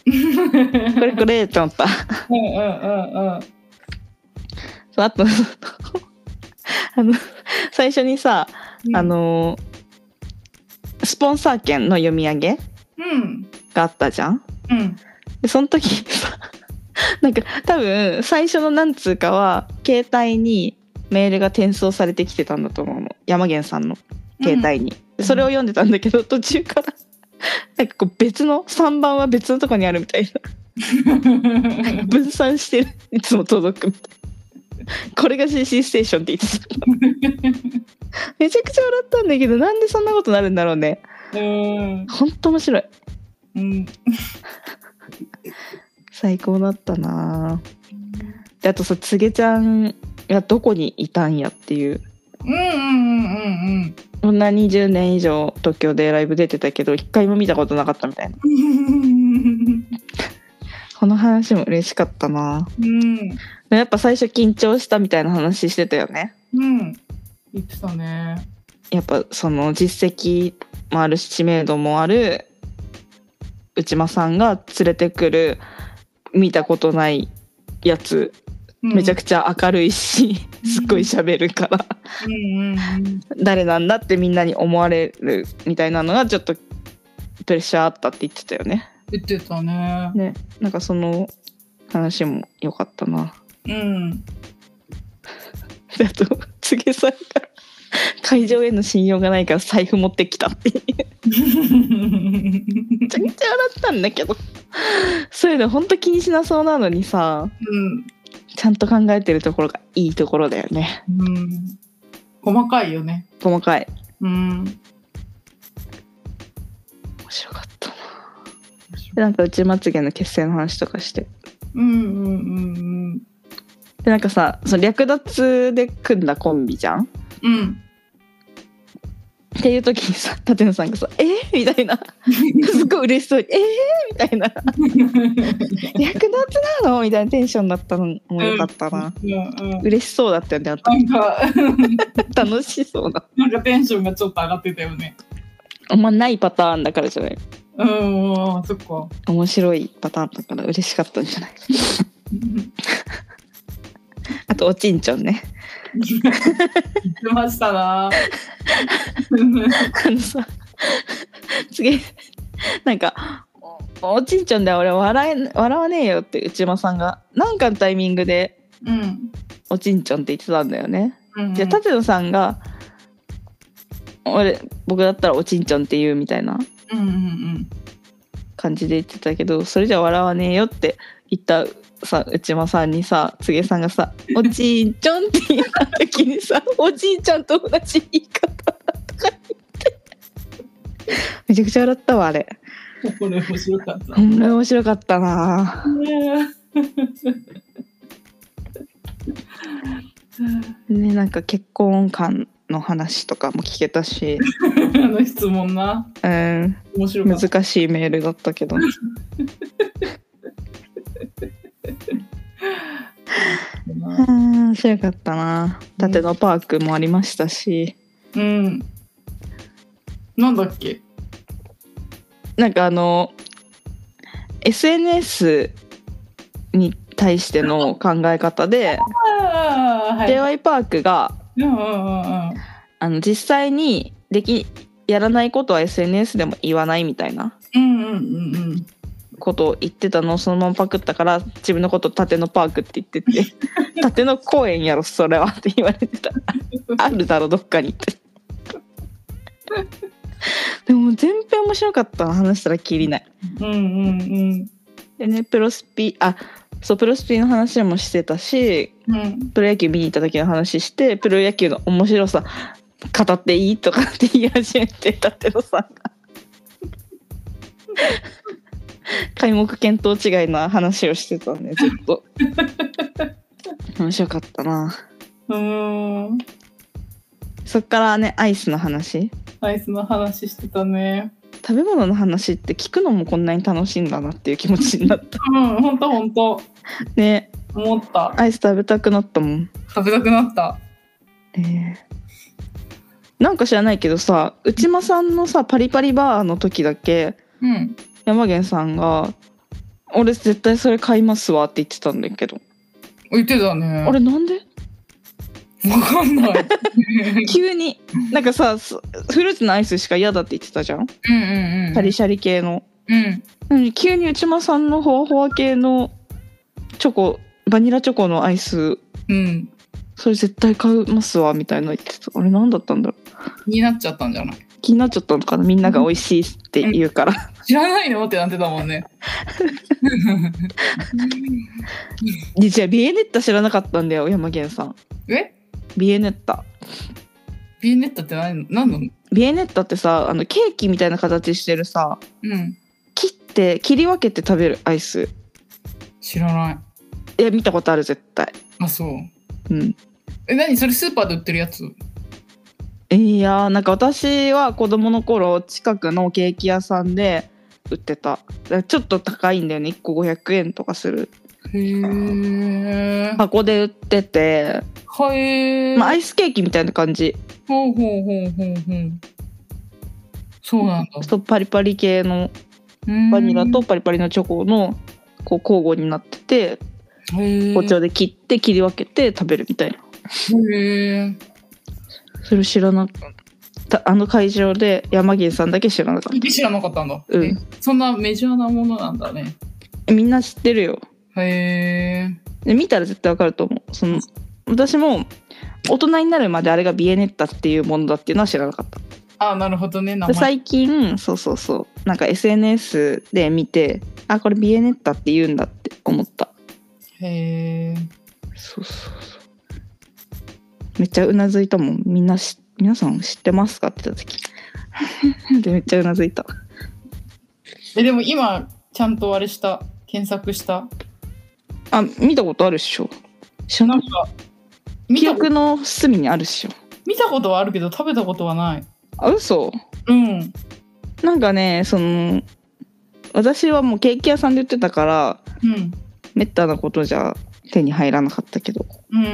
S2: うんうん
S1: これこれって思った
S2: うんうん。
S1: そうあとあの最初にさ、あ、のスポンサー券の読み上げ
S2: うん。
S1: があったじゃん
S2: うん。
S1: でその時にさ なんか多分最初の何通かは携帯にメールが転送されてきてたんだと思うの山源さんの携帯に、
S2: うん
S1: それを読んでたんだけど途中からなんかこう別の3番は別のとこにあるみたいな
S2: うん。
S1: 分散してるいつも届くみたいなこれが CC ステーションって言ってためちゃくちゃ笑ったんだけどなんでそんなことなるんだろうね
S2: うん。
S1: ほんと面白い
S2: うん。
S1: 最高だったなであとさつげちゃんがどこにいたんやっていう
S2: うんうんうんうん
S1: こんな20年以上東京でライブ出てたけど一回も見たことなかったみたいな
S2: うん。
S1: この話も嬉しかったな
S2: うん。
S1: でやっぱ最初緊張したみたいな話してたよね
S2: うん。言ってたね。
S1: やっぱその実績もあるし知名度もある内間さんが連れてくる見たことないやつめちゃ
S2: くち
S1: くちゃ明るいし、
S2: うん
S1: すっごい喋るから
S2: ゃ。うんうん
S1: 誰なんだってみんなに思われるみたいなのがちょっとプレッシャーあったって言ってたよね。
S2: 言ってたね。
S1: ねなんかその話も良かったな。
S2: うん。
S1: であとつげさんが会場への信用がないから財布持ってきたっていうめちゃくちゃ笑ったんだけどそういうのほんと気にしなそうなのにさ
S2: うん。
S1: ちゃんと考えてるところがいいところだよね
S2: うん。細かいよね。
S1: 細かい
S2: うん。
S1: 面白かったなでなんかうちまつげの結成の話とかして
S2: うんうんうん
S1: でなんかさその略奪で組んだコンビじゃんっ
S2: うん。うん。
S1: ていう時にさ舘野さんがさ「えー、みたいなすごい嬉しそうに「えー、みたいな「略奪なの?」みたいなテンションだったのもよかったな、
S2: うんうん。
S1: 嬉しそうだったよねあと
S2: なんか、
S1: 楽しそうな
S2: なんかテンションがちょっと上がってたよね。
S1: あんまないパターンだからじゃない
S2: うん、うんそっか。
S1: 面白いパターンだから嬉しかったんじゃない
S2: 言
S1: あとおちんちょんね
S2: ってましたな。
S1: あのさ次なんかおおちんちょんで俺笑え笑わねえよって内間さんがなんかのタイミングで
S2: うん。
S1: おちんちょんって言ってたんだよね、
S2: うん
S1: じゃあ舘野さんが俺僕だったらおちんちょんって言うみたいな
S2: うんうん
S1: 感じで言ってたけどそれじゃ笑わねえよって言ったさ内間さんにさつげさんがさ「おちんちょん」って言った時にさおじいちゃんと同じ言い方だとか言ってめちゃくちゃ笑ったわあれ
S2: うん。これ面白かった。
S1: ほんまに面白かったな
S2: ね
S1: ねなんか結婚観の話とかも聞けたし
S2: えあの質問な。
S1: うん
S2: 面白かった。
S1: 難しいメールだったけどうん面白かったな舘野パークもありましたし
S2: うん。なんだっけ。
S1: なんかあの SNS に対しての考え方で、
S2: ああ、はい。
S1: j y パークが
S2: うんうんうんうん。
S1: あの実際にできやらないことは SNS でも言わないみたいな
S2: うんうんうんうん。
S1: ことを言ってたのをそのままパクったから自分のこと立野パークって言って て「立野公園やろそれは」って言われてた「あるだろどっかに」 って。でも全編面白かったな話したらきりない。
S2: うんうん
S1: でねプロスピあそうプロスピの話もしてたし
S2: うん。うん。
S1: プロ野球見に行った時の話してプロ野球の面白さ語っていいとかって言い始めて舘野さんが。開目見当違いな話をしてたねずっと面白かったな
S2: うーん。
S1: そっからねアイスの話
S2: アイスの話してたね。
S1: 食べ物の話って聞くのもこんなに楽しいんだなっていう気持ちになった
S2: うん、ほんとほんと。
S1: ね
S2: 思った。
S1: アイス食べたくなったもん
S2: 食べたくなった。
S1: えーなんか知らないけどさ内間さんのさパリパリバーの時だけ
S2: うん。
S1: 山源さんが「俺絶対それ買いますわ」って言ってたんだけど、
S2: 言ってたね。
S1: あれなんで
S2: わかんない。
S1: 急になんかさすフルーツのアイスしか嫌だって言ってたじゃん
S2: うんうんうん。
S1: シャリシャリ系の。
S2: うん。
S1: なのに急に内間さんのほわほわ系のチョコバニラチョコのアイス
S2: うん。
S1: それ絶対買いますわみたいなの言ってたあれ何だったんだろう
S2: 気になっちゃったんじゃない
S1: 気になっちゃったのかなみんなが美味しいって言うから
S2: 知らないのってなってたもんね。
S1: でじゃあビエネッタ知らなかったんだよ山源さん
S2: え
S1: ビエネッタ
S2: ビエネッタって何何なの
S1: ビエネッタってさあのケーキみたいな形してるさ
S2: うん。
S1: 切って切り分けて食べるアイス
S2: 知らない。
S1: いや見たことある絶対
S2: あ、そ
S1: う
S2: う。
S1: ん
S2: え、何それスーパーで売ってるやつ
S1: いやーなんか私は子供の頃近くのケーキ屋さんで売ってただからちょっと高いんだよね1個500円とかする
S2: へえ。
S1: 箱で売ってて、
S2: はえー。
S1: まあ、アイスケーキみたいな感じ
S2: ほうほうほうほうほう。そうなんだ。
S1: そうパリパリ系のバ
S2: バ
S1: ニラとパリパリのチョコのこう交互になってて包丁
S2: で。
S1: で切って切り分けて食べるみたいな
S2: へえ。
S1: それ知らなかったあの会場で山源さんだけ知らなかっ
S2: 知らなかったんだ。
S1: うん
S2: えそんなメジャーなものなんだね。
S1: たみんな知ってるよ
S2: へえ。
S1: で見たら絶対わかると思うその私も大人になるまであれがビエネッタっていうものだっていうのは知らなかった
S2: あ、なるほどね。名
S1: で
S2: 前。
S1: 最近そうそうそうなんか SNS で見てあこれビエネッタって言うんだって思った
S2: へえ。
S1: そうそうそうめっちゃうなずいたもんみんなし皆さん知ってますかって言った時 でめっちゃうなずいた
S2: え、でも今、ちゃんとあれした。検索した。
S1: あ見たことあるっしょ知ら
S2: な
S1: なんい
S2: か、見
S1: 記
S2: た
S1: 憶の隅にあるっしょ
S2: 見たことはあるけど、食べたことはない。
S1: あ嘘
S2: うん。
S1: なんかねその私はもうケーキ屋さんで売ってたから
S2: うん。
S1: めったなことじゃ手に入らなかったけど
S2: うん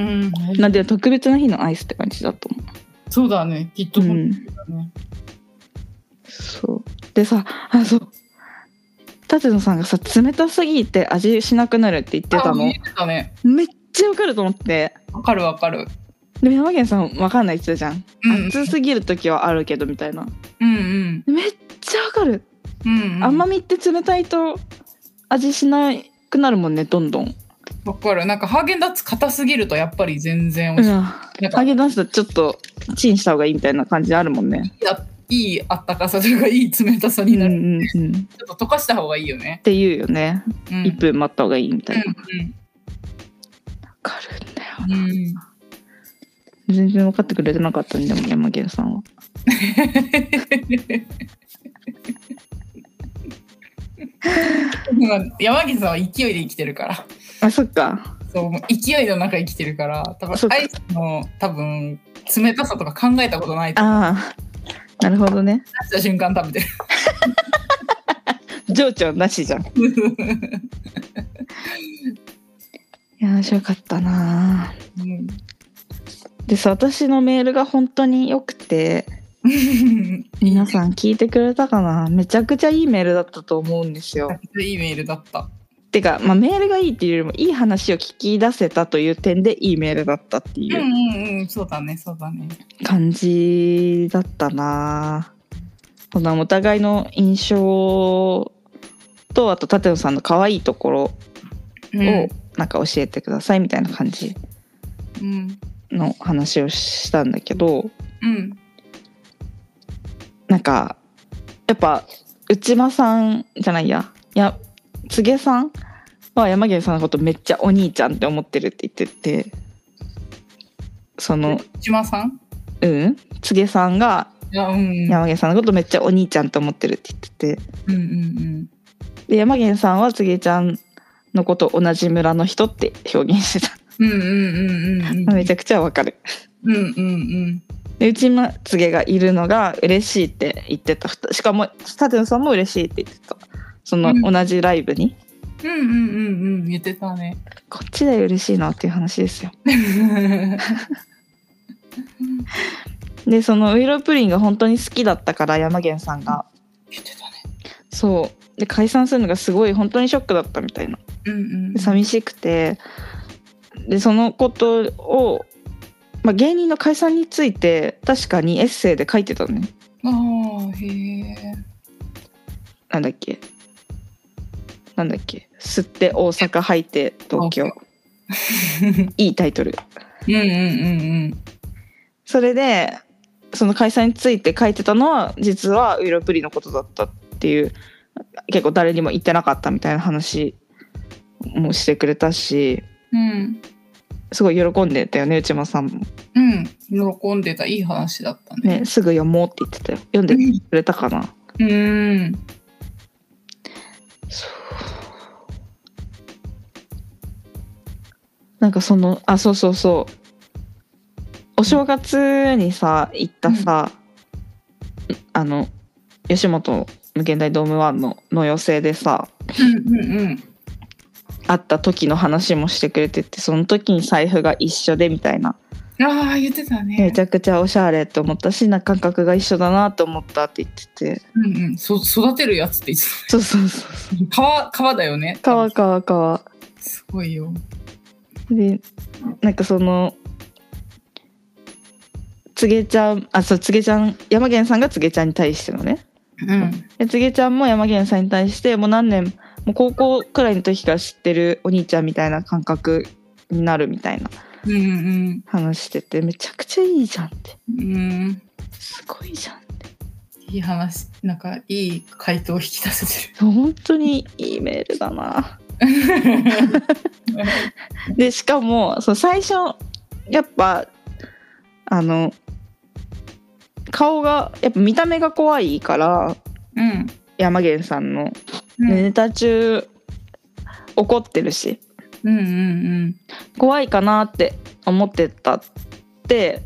S2: うん、
S1: なんで特別な日のアイスって感じだと思
S2: そうだねきっと
S1: う、う
S2: 本
S1: ん、
S2: 当だね、
S1: そうでさあそう舘野さんがさ冷たすぎて味しなくなるって言ってた
S2: あ
S1: の
S2: 言ってたね
S1: めっちゃわかると思って
S2: わかるわかる
S1: でも山源さんわかんないって言ってたじ
S2: う
S1: ゃん、
S2: ん
S1: 熱すぎる時はあるけどみたいな
S2: うんうん
S1: めっちゃわかる、
S2: うんうん
S1: 甘みって冷たいと味しなくなるもんねどんどん
S2: わかるなんかハーゲンダッツ硬すぎるとやっぱり全然美
S1: う
S2: 味し
S1: ん
S2: い、なんか
S1: 揚
S2: い
S1: げ出すとちょっとチンした方がいいみたいな感じあるもんね。
S2: いあったかさというかいい冷たさ
S1: う
S2: に
S1: ん
S2: な
S1: う
S2: る、
S1: んうん、っ
S2: ちょっと溶かした方がいいよね、
S1: ていうよね。
S2: うん、
S1: 1分待った方がいいみたいな。わかるんだよ
S2: うんう
S1: な。
S2: んうん
S1: 全然分かってくれてなかったんでも山源さんは。
S2: なんか山岸さんは勢いで生きてるから
S1: あそっか。
S2: そうもう勢いの中生きてるから多分
S1: そうか
S2: アイスの多分冷たさとか考えたことないと思う
S1: ああなるほどね。
S2: 出した瞬間食べてる
S1: 情緒なしじゃん。いや面白かったな。
S2: うん
S1: でさ私のメールが本当に良くて皆さん聞いてくれたかなめちゃくちゃいいメールだったと思うんですよ。
S2: いいメールだった。
S1: てか、まあ、メールがいいっていうよりもいい話を聞き出せたという点でいいメールだったって
S2: うん
S1: いう
S2: うんうん、そうだね、そうだね。
S1: 感じだったなそんなお互いの印象とあと舘野さんの可愛いところを
S2: うん
S1: なんか教えてくださいみたいな感じ
S2: うん
S1: の話をしたんだけど
S2: うん
S1: なんかやっぱ内間さんじゃないやいや柘植さんは山源さんのことめっちゃお兄ちゃんって思ってるって言っててその
S2: 島さん
S1: うん柘植さんが
S2: いや、うん。
S1: 山源さんのことめっちゃお兄ちゃんと思ってるって言ってて
S2: うんうん
S1: で山源さんは柘植ちゃんのこと同じ村の人って表現してた
S2: うん。うんうんうんうんうん。
S1: めちゃくちゃわかる
S2: うんうんうん。
S1: で内間柘植がいるのが嬉しいって言ってたふたしかも舘野さんも嬉しいって言ってたその
S2: うん
S1: 同じライブに、
S2: うんうんうんうん。言ってたね。
S1: こっちで嬉しいなっていう話ですよでそのウイロプリンが本当に好きだったから山源さんが
S2: 言ってたね。
S1: そうで解散するのがすごい本当にショックだったみたいな
S2: うんうん
S1: で寂しくてでそのことを、まあ、芸人の解散について確かにエッセイで書いてたのね
S2: ああへえ
S1: なんだっけなんだっけ吸って大阪吐いて東京いいタイトル
S2: うんうんうん
S1: それでその解散について書いてたのは実はウイロプリのことだったっていう結構誰にも言ってなかったみたいな話もしてくれたし
S2: うん
S1: すごい喜んでたよね内間さんも
S2: うんうん喜んでたいい話だったね
S1: ねすぐ読もうって言ってたよ読んでくれたかな
S2: うん
S1: なんかそのあそうそうそうお正月にさ行ったさ、あの吉本無限大ドームワンのの寄席でさ
S2: うんうんうん
S1: 会った時の話もしてくれててその時に財布が一緒でみたいな
S2: ああ言ってたね
S1: めちゃくちゃおしゃれと思ったしな感覚が一緒だなと思ったって言ってて
S2: うんうんそ育てるやつって言って
S1: そうそうそうそう
S2: た皮皮だよね
S1: かわかわかわ
S2: すごいよ
S1: でなんかそのつげちゃんあそうつげちゃん山源さんがつげちゃんに対してのね
S2: うん
S1: でつげちゃんも山源さんに対してもう何年もう高校くらいの時から知ってるお兄ちゃんみたいな感覚になるみたいな
S2: うんうん
S1: 話しててめちゃくちゃいいじゃんって
S2: うんうん
S1: すごいじゃん
S2: いい話なんかいい回答を引き出せて
S1: 本当にいいメールだな
S2: る
S1: でしかもそう最初やっぱあの顔がやっぱ見た目が怖いから
S2: うん
S1: 山源さんの、
S2: うん
S1: ネタ中怒ってるし
S2: うんうん
S1: 怖いかなって思ってたって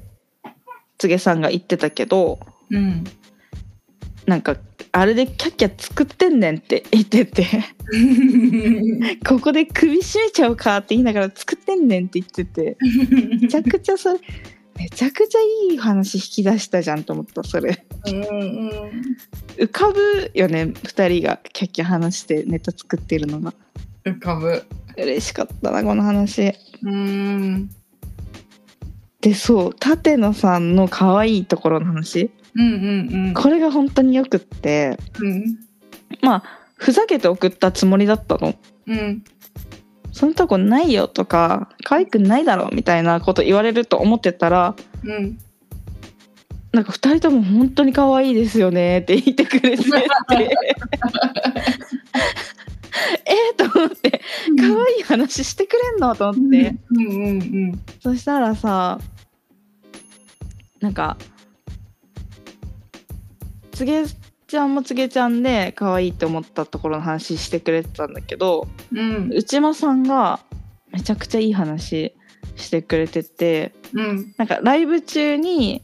S1: つげさんが言ってたけど
S2: うんうん
S1: なんかあれでキャッキャ作ってんねんって言ってて ここで首絞めちゃおうかって言いながら作ってんねんって言っててめちゃくちゃそれめちゃくちゃいい話引き出したじゃんと思ったそれ
S2: うんうん
S1: 浮かぶよね2人がキャッキャ話してネタ作ってるのが
S2: 浮かぶ
S1: 嬉しかったなこの話
S2: うん
S1: でそう舘野さんの可愛いところの話
S2: うんうん
S1: これが本当によくって
S2: うん
S1: まあふざけて送ったつもりだったの
S2: うん
S1: そんなとこないよとか可愛くないだろみたいなこと言われると思ってたら
S2: うん
S1: なんか2人とも本当に可愛いですよねって言ってくれててえっと思って可愛い話してくれんのと思って、
S2: うんうんうん
S1: そしたらさなんかつげちゃんもつげちゃんで可愛いって思ったところの話してくれてたんだけど
S2: うん
S1: 内間さんがめちゃくちゃいい話してくれてて
S2: うん
S1: なんかライブ中に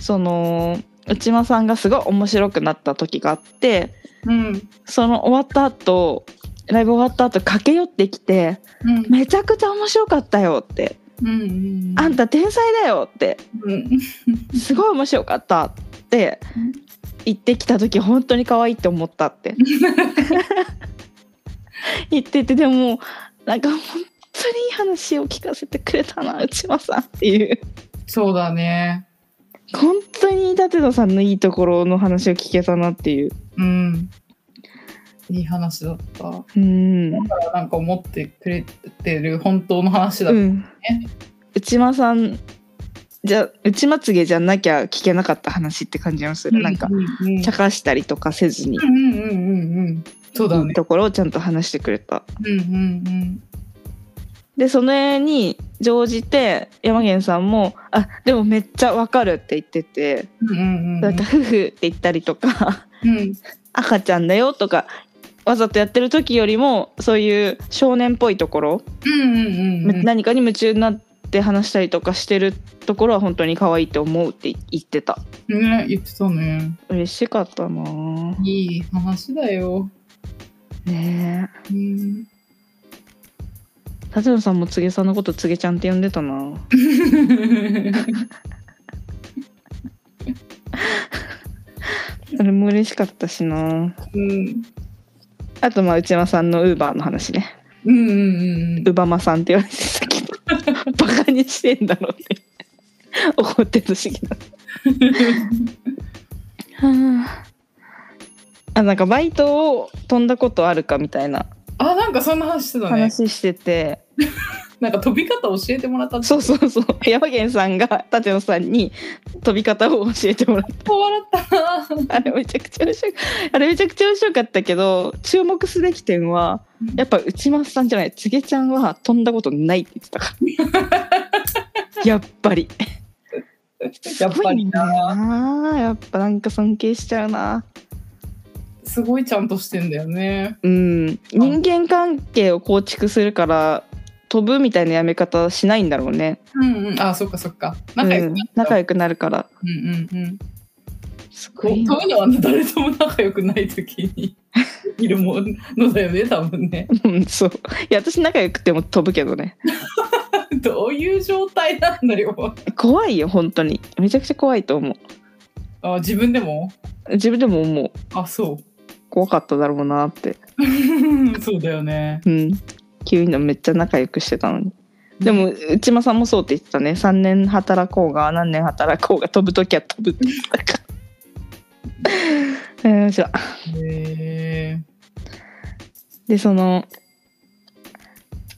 S1: その内間さんがすごい面白くなった時があって
S2: うん
S1: その終わった後ライブ終わった後駆け寄ってきて
S2: う
S1: 「
S2: ん
S1: めちゃくちゃ面白かったよ」って
S2: うん
S1: 「あんた天才だよ」って
S2: うん
S1: 「すごい面白かった」って
S2: うん
S1: 言ってきた時本当に可愛いって思ったって 言っててでもなんか本当にいい話を聞かせてくれたな内間さんっていう。
S2: そうだね
S1: 本当に舘野さんのいいところの話を聞けたなっていう。
S2: うんいい話だった
S1: うん。う
S2: なんか思ってくれてる本当の話だった
S1: ん。内間さんじゃ内まつげじゃなきゃ聞けなかった話って感じがする。なんか
S2: ううん
S1: 茶化したりとかせずに、
S2: うんうんうんうんそうだ
S1: いい
S2: ね
S1: ところをちゃんと話してくれた。
S2: うんうん
S1: でそれに乗じて山源さんも「あでもめっちゃわかる」って言ってて、
S2: うんうんうん
S1: なんか夫婦って言ったりとか。
S2: うん
S1: 赤ちゃんだよとかわざとやってる時よりもそういう少年っぽいところ、
S2: うんうんうん
S1: 何かに夢中になって話したりとかしてるところは本当に可愛いって思うって言ってた
S2: ね言ってたね
S1: 嬉しかったなぁ
S2: いい話だよ
S1: ねえ
S2: うん
S1: 舘野さんもつげさんのことつげちゃんって呼んでたなそれも嬉しかったしな
S2: うん
S1: あとまあ内山さんのウーバーの話ね
S2: うんうんうん
S1: ウバマさんって言われてたけどバカにしてんだろうって怒ってたしああなんかバイトを飛んだことあるかみたいな
S2: あなんかそんな話してたね
S1: 話してて、
S2: なんか飛び方教えてもらった
S1: そうそうそう山源さんが舘野さんに飛び方を教えてもらっ
S2: 笑ったな
S1: たあれめちゃくちゃ面白いあれめちゃくちゃ面白かったけど注目すべき点はやっぱ内松さんじゃないつげちゃんは飛んだことないって言ってたから やっぱり
S2: やっぱりな
S1: なやっぱなんか尊敬しちゃうな
S2: すごいちゃんとしてんだよね
S1: うん人間関係を構築するから飛ぶみたいなやめ方しないんだろうね
S2: うんうんあそっかそっか仲良く
S1: う
S2: な
S1: ん
S2: った
S1: 仲良くなるから
S2: うんうんうん
S1: すご
S2: こう
S1: いな
S2: そういうのは誰とも仲良くない時 にいるものだよね多分ね
S1: うんそういや私仲良くても飛ぶけどね
S2: どういう状態なんだよ
S1: 怖いよ本当にめちゃくちゃ怖いと思
S2: あ自分でも
S1: う自分でも思う
S2: あそ
S1: 怖かっただろうなって
S2: うそうだよね
S1: うん急にのめっちゃ仲良くしてたのにでも内間さんもそうって言ってたね3年働こうが何年働こうが飛ぶ時は飛ぶって言ってたからうん 面白い
S2: へえ
S1: でその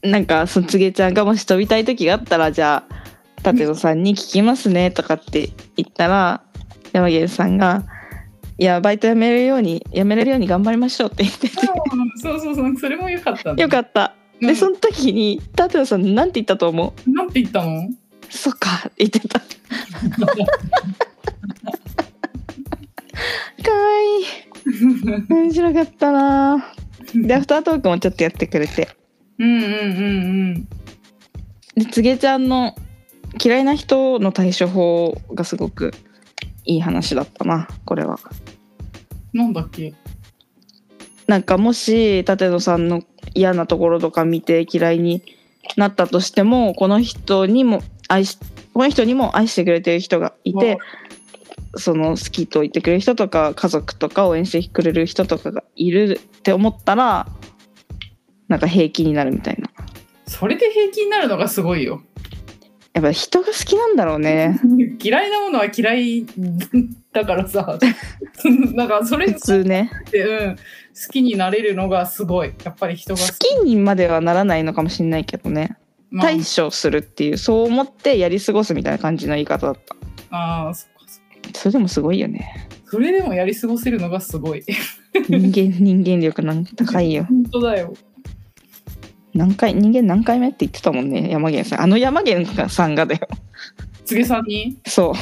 S1: なんかそのつげちゃんがもし飛びたい時があったらじゃあ舘野さんに聞きますねとかって言ったら山源さんが「いやバイト辞めるように辞めれるように頑張りましょう」って言ってて
S2: そうそうそうそれもよかった
S1: よか
S2: っ
S1: った。
S2: た
S1: でその時に舘野さんなんて言ったと思う
S2: なんて言ったの
S1: そっか言ってた。かわいい面白かったなでアフタートークもちょっとやってくれて
S2: うんうんうん
S1: でつげちゃんの嫌いな人の対処法がすごくいい話だったなこれは
S2: うんなんだっけ
S1: なんかもし舘野さんの嫌なところとか見て嫌いになったとしてもこの人にも愛しこの人にも愛してくれてる人がいてその好きと言ってくれる人とか家族とか応援してくれる人とかがいるって思ったらなんか平気になるみたいな
S2: それで平気になるのがすごいよ
S1: やっぱ人が好きなんだろうね
S2: 嫌いなものは嫌いだか らさなんかそれ
S1: 普
S2: につ
S1: 通ね
S2: いて、うん、好きになれるのがすごいやっぱり人が
S1: 好きにまではならないのかもしれないけどね
S2: ま
S1: 対処するっていうそう思ってやり過ごすみたいな感じの言い方だった
S2: あ、あーそっかそっか
S1: それでもすごいよね
S2: それでもやり過ごせるのがすごい
S1: 人間人間力なんか高いよ
S2: 本当だよ
S1: 何回人間何回目って言ってたもんね山源さんあの山源さんがだよ
S2: つげさんに
S1: そ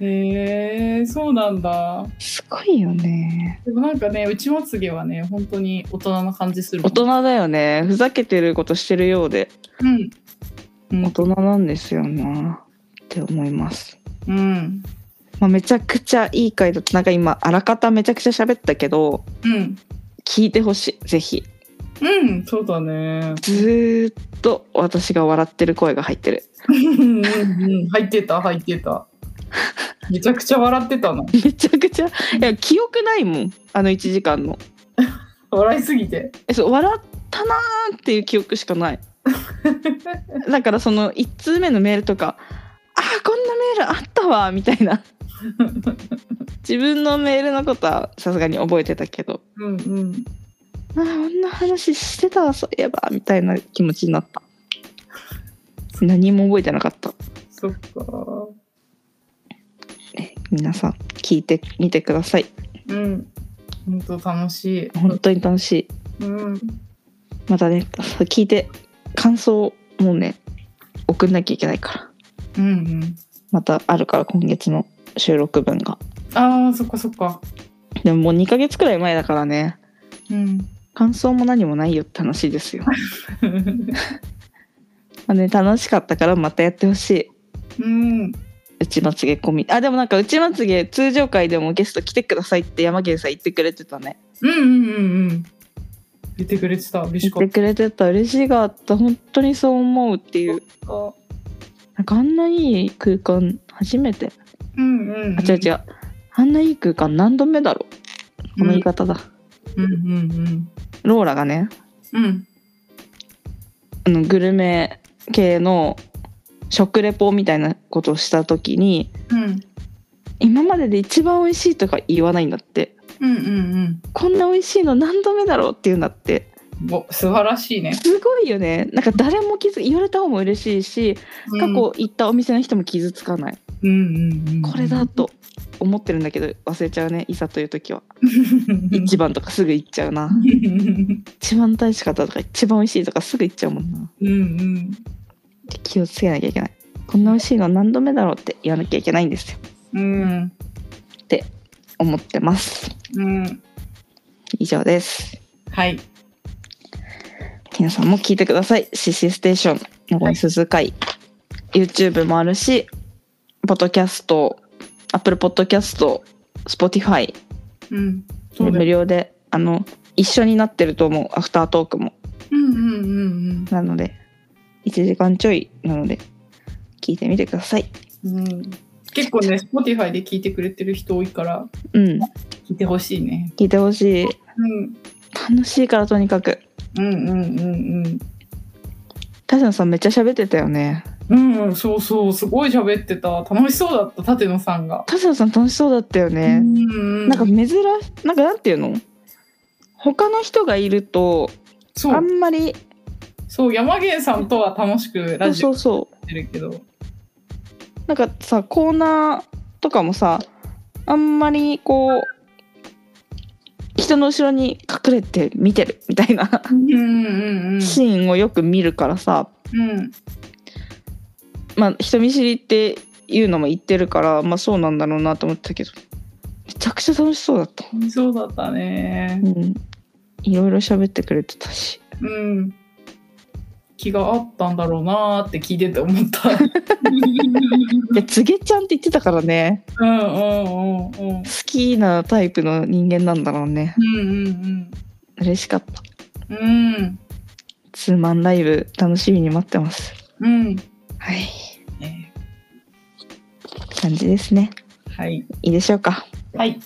S1: う
S2: へえそうなんだ
S1: すごいよね
S2: でもなんかねうちまつげはね本当に大人な感じする
S1: 大人だよねふざけてることしてるようで
S2: うんう
S1: 大
S2: ん、
S1: 人なんですよなって思います、
S2: うん
S1: まあ、めちゃくちゃいい回だったなんか今あらかためちゃくちゃ喋ったけど
S2: うん
S1: 聞いてほしいぜひ
S2: うん、そうだね。
S1: ずーっと私が笑ってる声が入ってる
S2: うんうん入ってた、入ってた。めちゃくちゃ笑ってたな。
S1: めちゃくちゃいや記憶ないもんあの1時間の
S2: 笑いすぎて。
S1: えそう笑ったなーっていう記憶しかないだからその1通目のメールとかあーこんなメールあったわみたいな自分のメールのことはさすがに覚えてたけど
S2: うんうん。
S1: あーこんな話してたわそういえばみたいな気持ちになった何も覚えてなかった
S2: そっか。
S1: 皆さん聞いてみてください
S2: うん。本当楽し
S1: 本当に楽しい
S2: い。うん。
S1: またね聞いて感想をもうね送んなきゃいけないから
S2: うんうん。
S1: またあるから今月の収録分が
S2: ああ、そっかそっか。
S1: でももう2ヶ月くらい前だからね
S2: うん。
S1: 感想も何もないよって話ですよ、まあね、楽しかったからまたやってほしい
S2: うん。
S1: 内まつげ込みあでもなんか内まつげ通常回でもゲスト来てくださいって山源さん言ってくれてたね
S2: うんうんうんうん。言ってくれてた。嬉
S1: 言
S2: し
S1: っ
S2: かって
S1: くれてた嬉しいがあった本当にそう思うっていう
S2: た。
S1: なんかあんないい空間初めて
S2: うんうん、うん。
S1: あ違う違うあんないい空間何度目だろうこの言い方だ、
S2: うんうん
S1: ローラがね
S2: うんうん
S1: あのグルメ系の食レポみたいなことをした時に
S2: うん
S1: 今までで一番美味しいとか言わないんだって
S2: うんうん
S1: こんな美味しいの何度目だろうって言うんだって
S2: うんお素晴らしいね
S1: すごいよねなんか誰も傷言われた方も嬉しいし過去行ったお店の人も傷つかない、
S2: うんうん うん
S1: これだと思ってるんだけど忘れちゃうねいざという時は一番とかすぐ行っちゃうな
S2: うん
S1: 一番大しかったとか一番美味しいとかすぐ行っちゃうもんな
S2: うん
S1: 気をつけなきゃいけないこんな美味しいの何度目だろうって言わなきゃいけないんですよ
S2: うん
S1: 思ってます
S2: うん
S1: 以上です
S2: はい
S1: 皆さんも聞いてください CC ステーションのごに鈴会、YouTube もあるしポッドキャスト Apple ポッドキャスト Spotify
S2: うんそう
S1: 無
S2: だよ
S1: 料であの一緒になってると思うアフタートークも
S2: うんうんうん
S1: なので1時間ちょいなので聞いてみてください
S2: うんうん結構ね Spotify で聞いてくれてる人多いから
S1: うん
S2: 聞いてほしいね
S1: 聞いてほしい
S2: うん
S1: 楽しいからとにかく
S2: うんうんうんうん
S1: 田代さんめっちゃ喋ってたよね
S2: うん、そうそう、すごい喋ってた。楽しそうだった、舘野さんが。
S1: 田代さん楽しそうだったよね、
S2: うん
S1: なんか珍しなんかなんていうの他の人がいると
S2: そ
S1: あ
S2: う、
S1: んまり
S2: そう、山源さんとは楽しく
S1: そ
S2: ラ
S1: う
S2: ジ
S1: そ
S2: オ
S1: う
S2: や
S1: そ
S2: ってるけど。
S1: うなんかさコーナーとかもさあんまりこう人の後ろに隠れて見てるみたいな
S2: うんうんうん。
S1: シーンをよく見るからさ
S2: うん
S1: まあ人見知りっていうのも言ってるからまあそうなんだろうなと思ってたけどめちゃくちゃ楽しそうだった、
S2: 楽しそうだったね
S1: う。ん、いろいろ喋ってくれてたし
S2: うん。気があったんだろうなーって聞いてて思 った。
S1: でつげちゃんって言ってたからね
S2: うんうんうんうん。
S1: 好きなタイプの人間なんだろうね
S2: うんうん
S1: 嬉しかった
S2: うん。うん。
S1: ツーマンライブ楽しみに待ってます
S2: うん。
S1: はい
S2: ね
S1: 感じですね
S2: はい。
S1: いいでしょうか
S2: はい。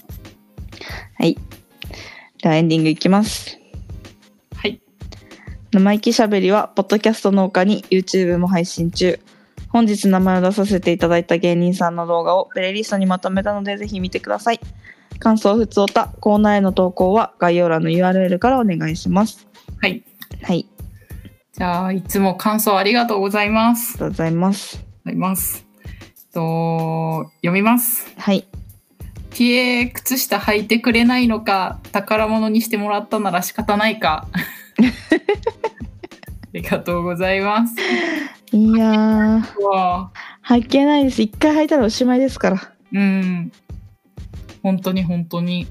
S1: ではエンディングいきます
S2: はい。
S1: 生意気しゃべりはポッドキャストのほかに YouTube も配信中本日名前を出させていただいた芸人さんの動画をプレイリストにまとめたのでぜひ見てください感想ふつおたコーナーへの投稿は概要欄の URL からお願いします
S2: はい。
S1: はいあり
S2: じゃあ、いつも感想ありがとうございます。
S1: がとうございます
S2: あります。えっと、読みます。
S1: はい
S2: ピエ靴下履いてくれないのか、宝物にしてもらったなら仕方ない か。ありがとうございます。
S1: いや
S2: うわ
S1: ー履けないです一回履いたらおしまいですから
S2: うん。本当に本当に。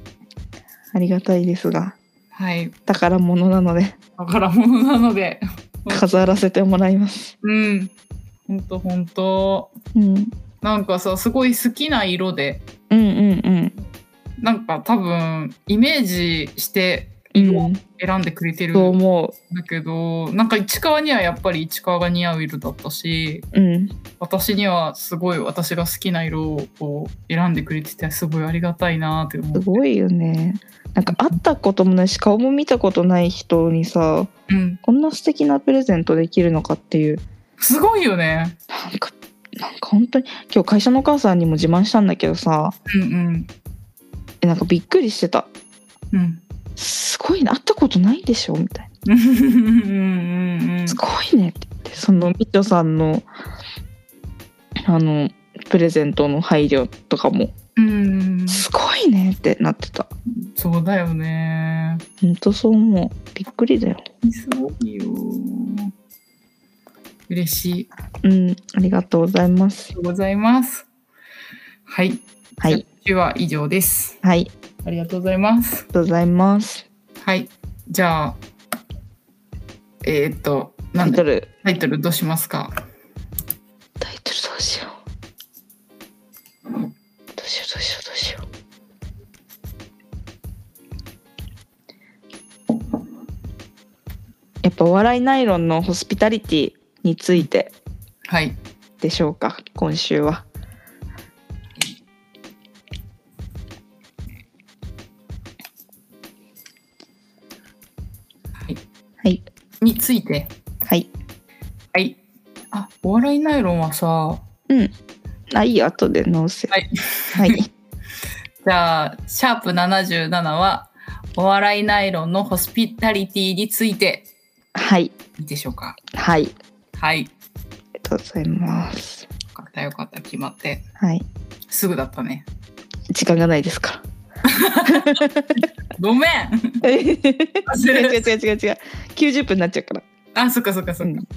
S1: ありがたいですが
S2: はい。
S1: 宝物なので
S2: 宝物なので。
S1: 飾らせてもらいます。
S2: うん。本当本当
S1: うん、うん
S2: なんかさ、すごい好きな色で、
S1: うんうん
S2: なんか多分、イメージして
S1: うん。
S2: 色を選んでくれてる。
S1: そう思
S2: だけどなんか市川にはやっぱり市川が似合う色だったし
S1: う。うん。
S2: 私にはすごい私が好きな色をこう選んでくれててすごいありがたいなって思
S1: す
S2: う。
S1: ごいよね。なんか会ったこともないし顔も見たことない人にさ
S2: うん、
S1: こんな素敵なプレゼントできるのかっていう
S2: すごいよね。
S1: なんかなんか本当に今日会社のお母さんにも自慢したんだけどさ
S2: うんうん
S1: えなんかびっくりしてた
S2: うん。
S1: すごいね会ったことないでしょみたい
S2: うんうんうんうん
S1: なすごいねって言ってそのみちょさんのあのプレゼントの配慮とかも
S2: うんうん
S1: すごいねってなってた
S2: そうだよね。
S1: ほんとそう思うびっくりだよ
S2: すごいよ。嬉しい。あ
S1: うんありがとうございます
S2: りがとうございます。はい。
S1: はい。
S2: 今日は以上です。
S1: はいあり
S2: ありがとうございます。
S1: がとうございます
S2: はい。じゃあ、えーっと、な
S1: タ
S2: ん
S1: イ
S2: だ
S1: トル
S2: タイトルどうしますか
S1: タイトルどうしようどうしようどうしようどうしようやっぱお笑いナイロンのホスピタリティについて
S2: はい。
S1: でしょうか今週ははい
S2: について
S1: はい
S2: はいあお笑いナイロンはさ
S1: あいいよ後で直せ
S2: はい、
S1: はい、
S2: じゃあシャープ77はお笑いナイロンのホスピタリティについて
S1: はい
S2: いいでしょうか
S1: はい
S2: はいよ
S1: ありがとうございます
S2: かったよかった決まって
S1: はい
S2: すぐだったね
S1: 時間がないですから
S2: ごめん
S1: 違う
S2: 忘れて
S1: 違う違う違う違う90分になっちゃうからありがとう
S2: あそっかそっかそっか、
S1: うん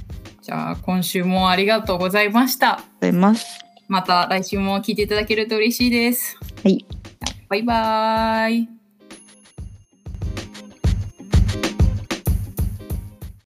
S2: じゃあ今週もありがとうございました
S1: ございます
S2: また来週も聞いていただけると嬉しいです
S1: はい
S2: バイバーイ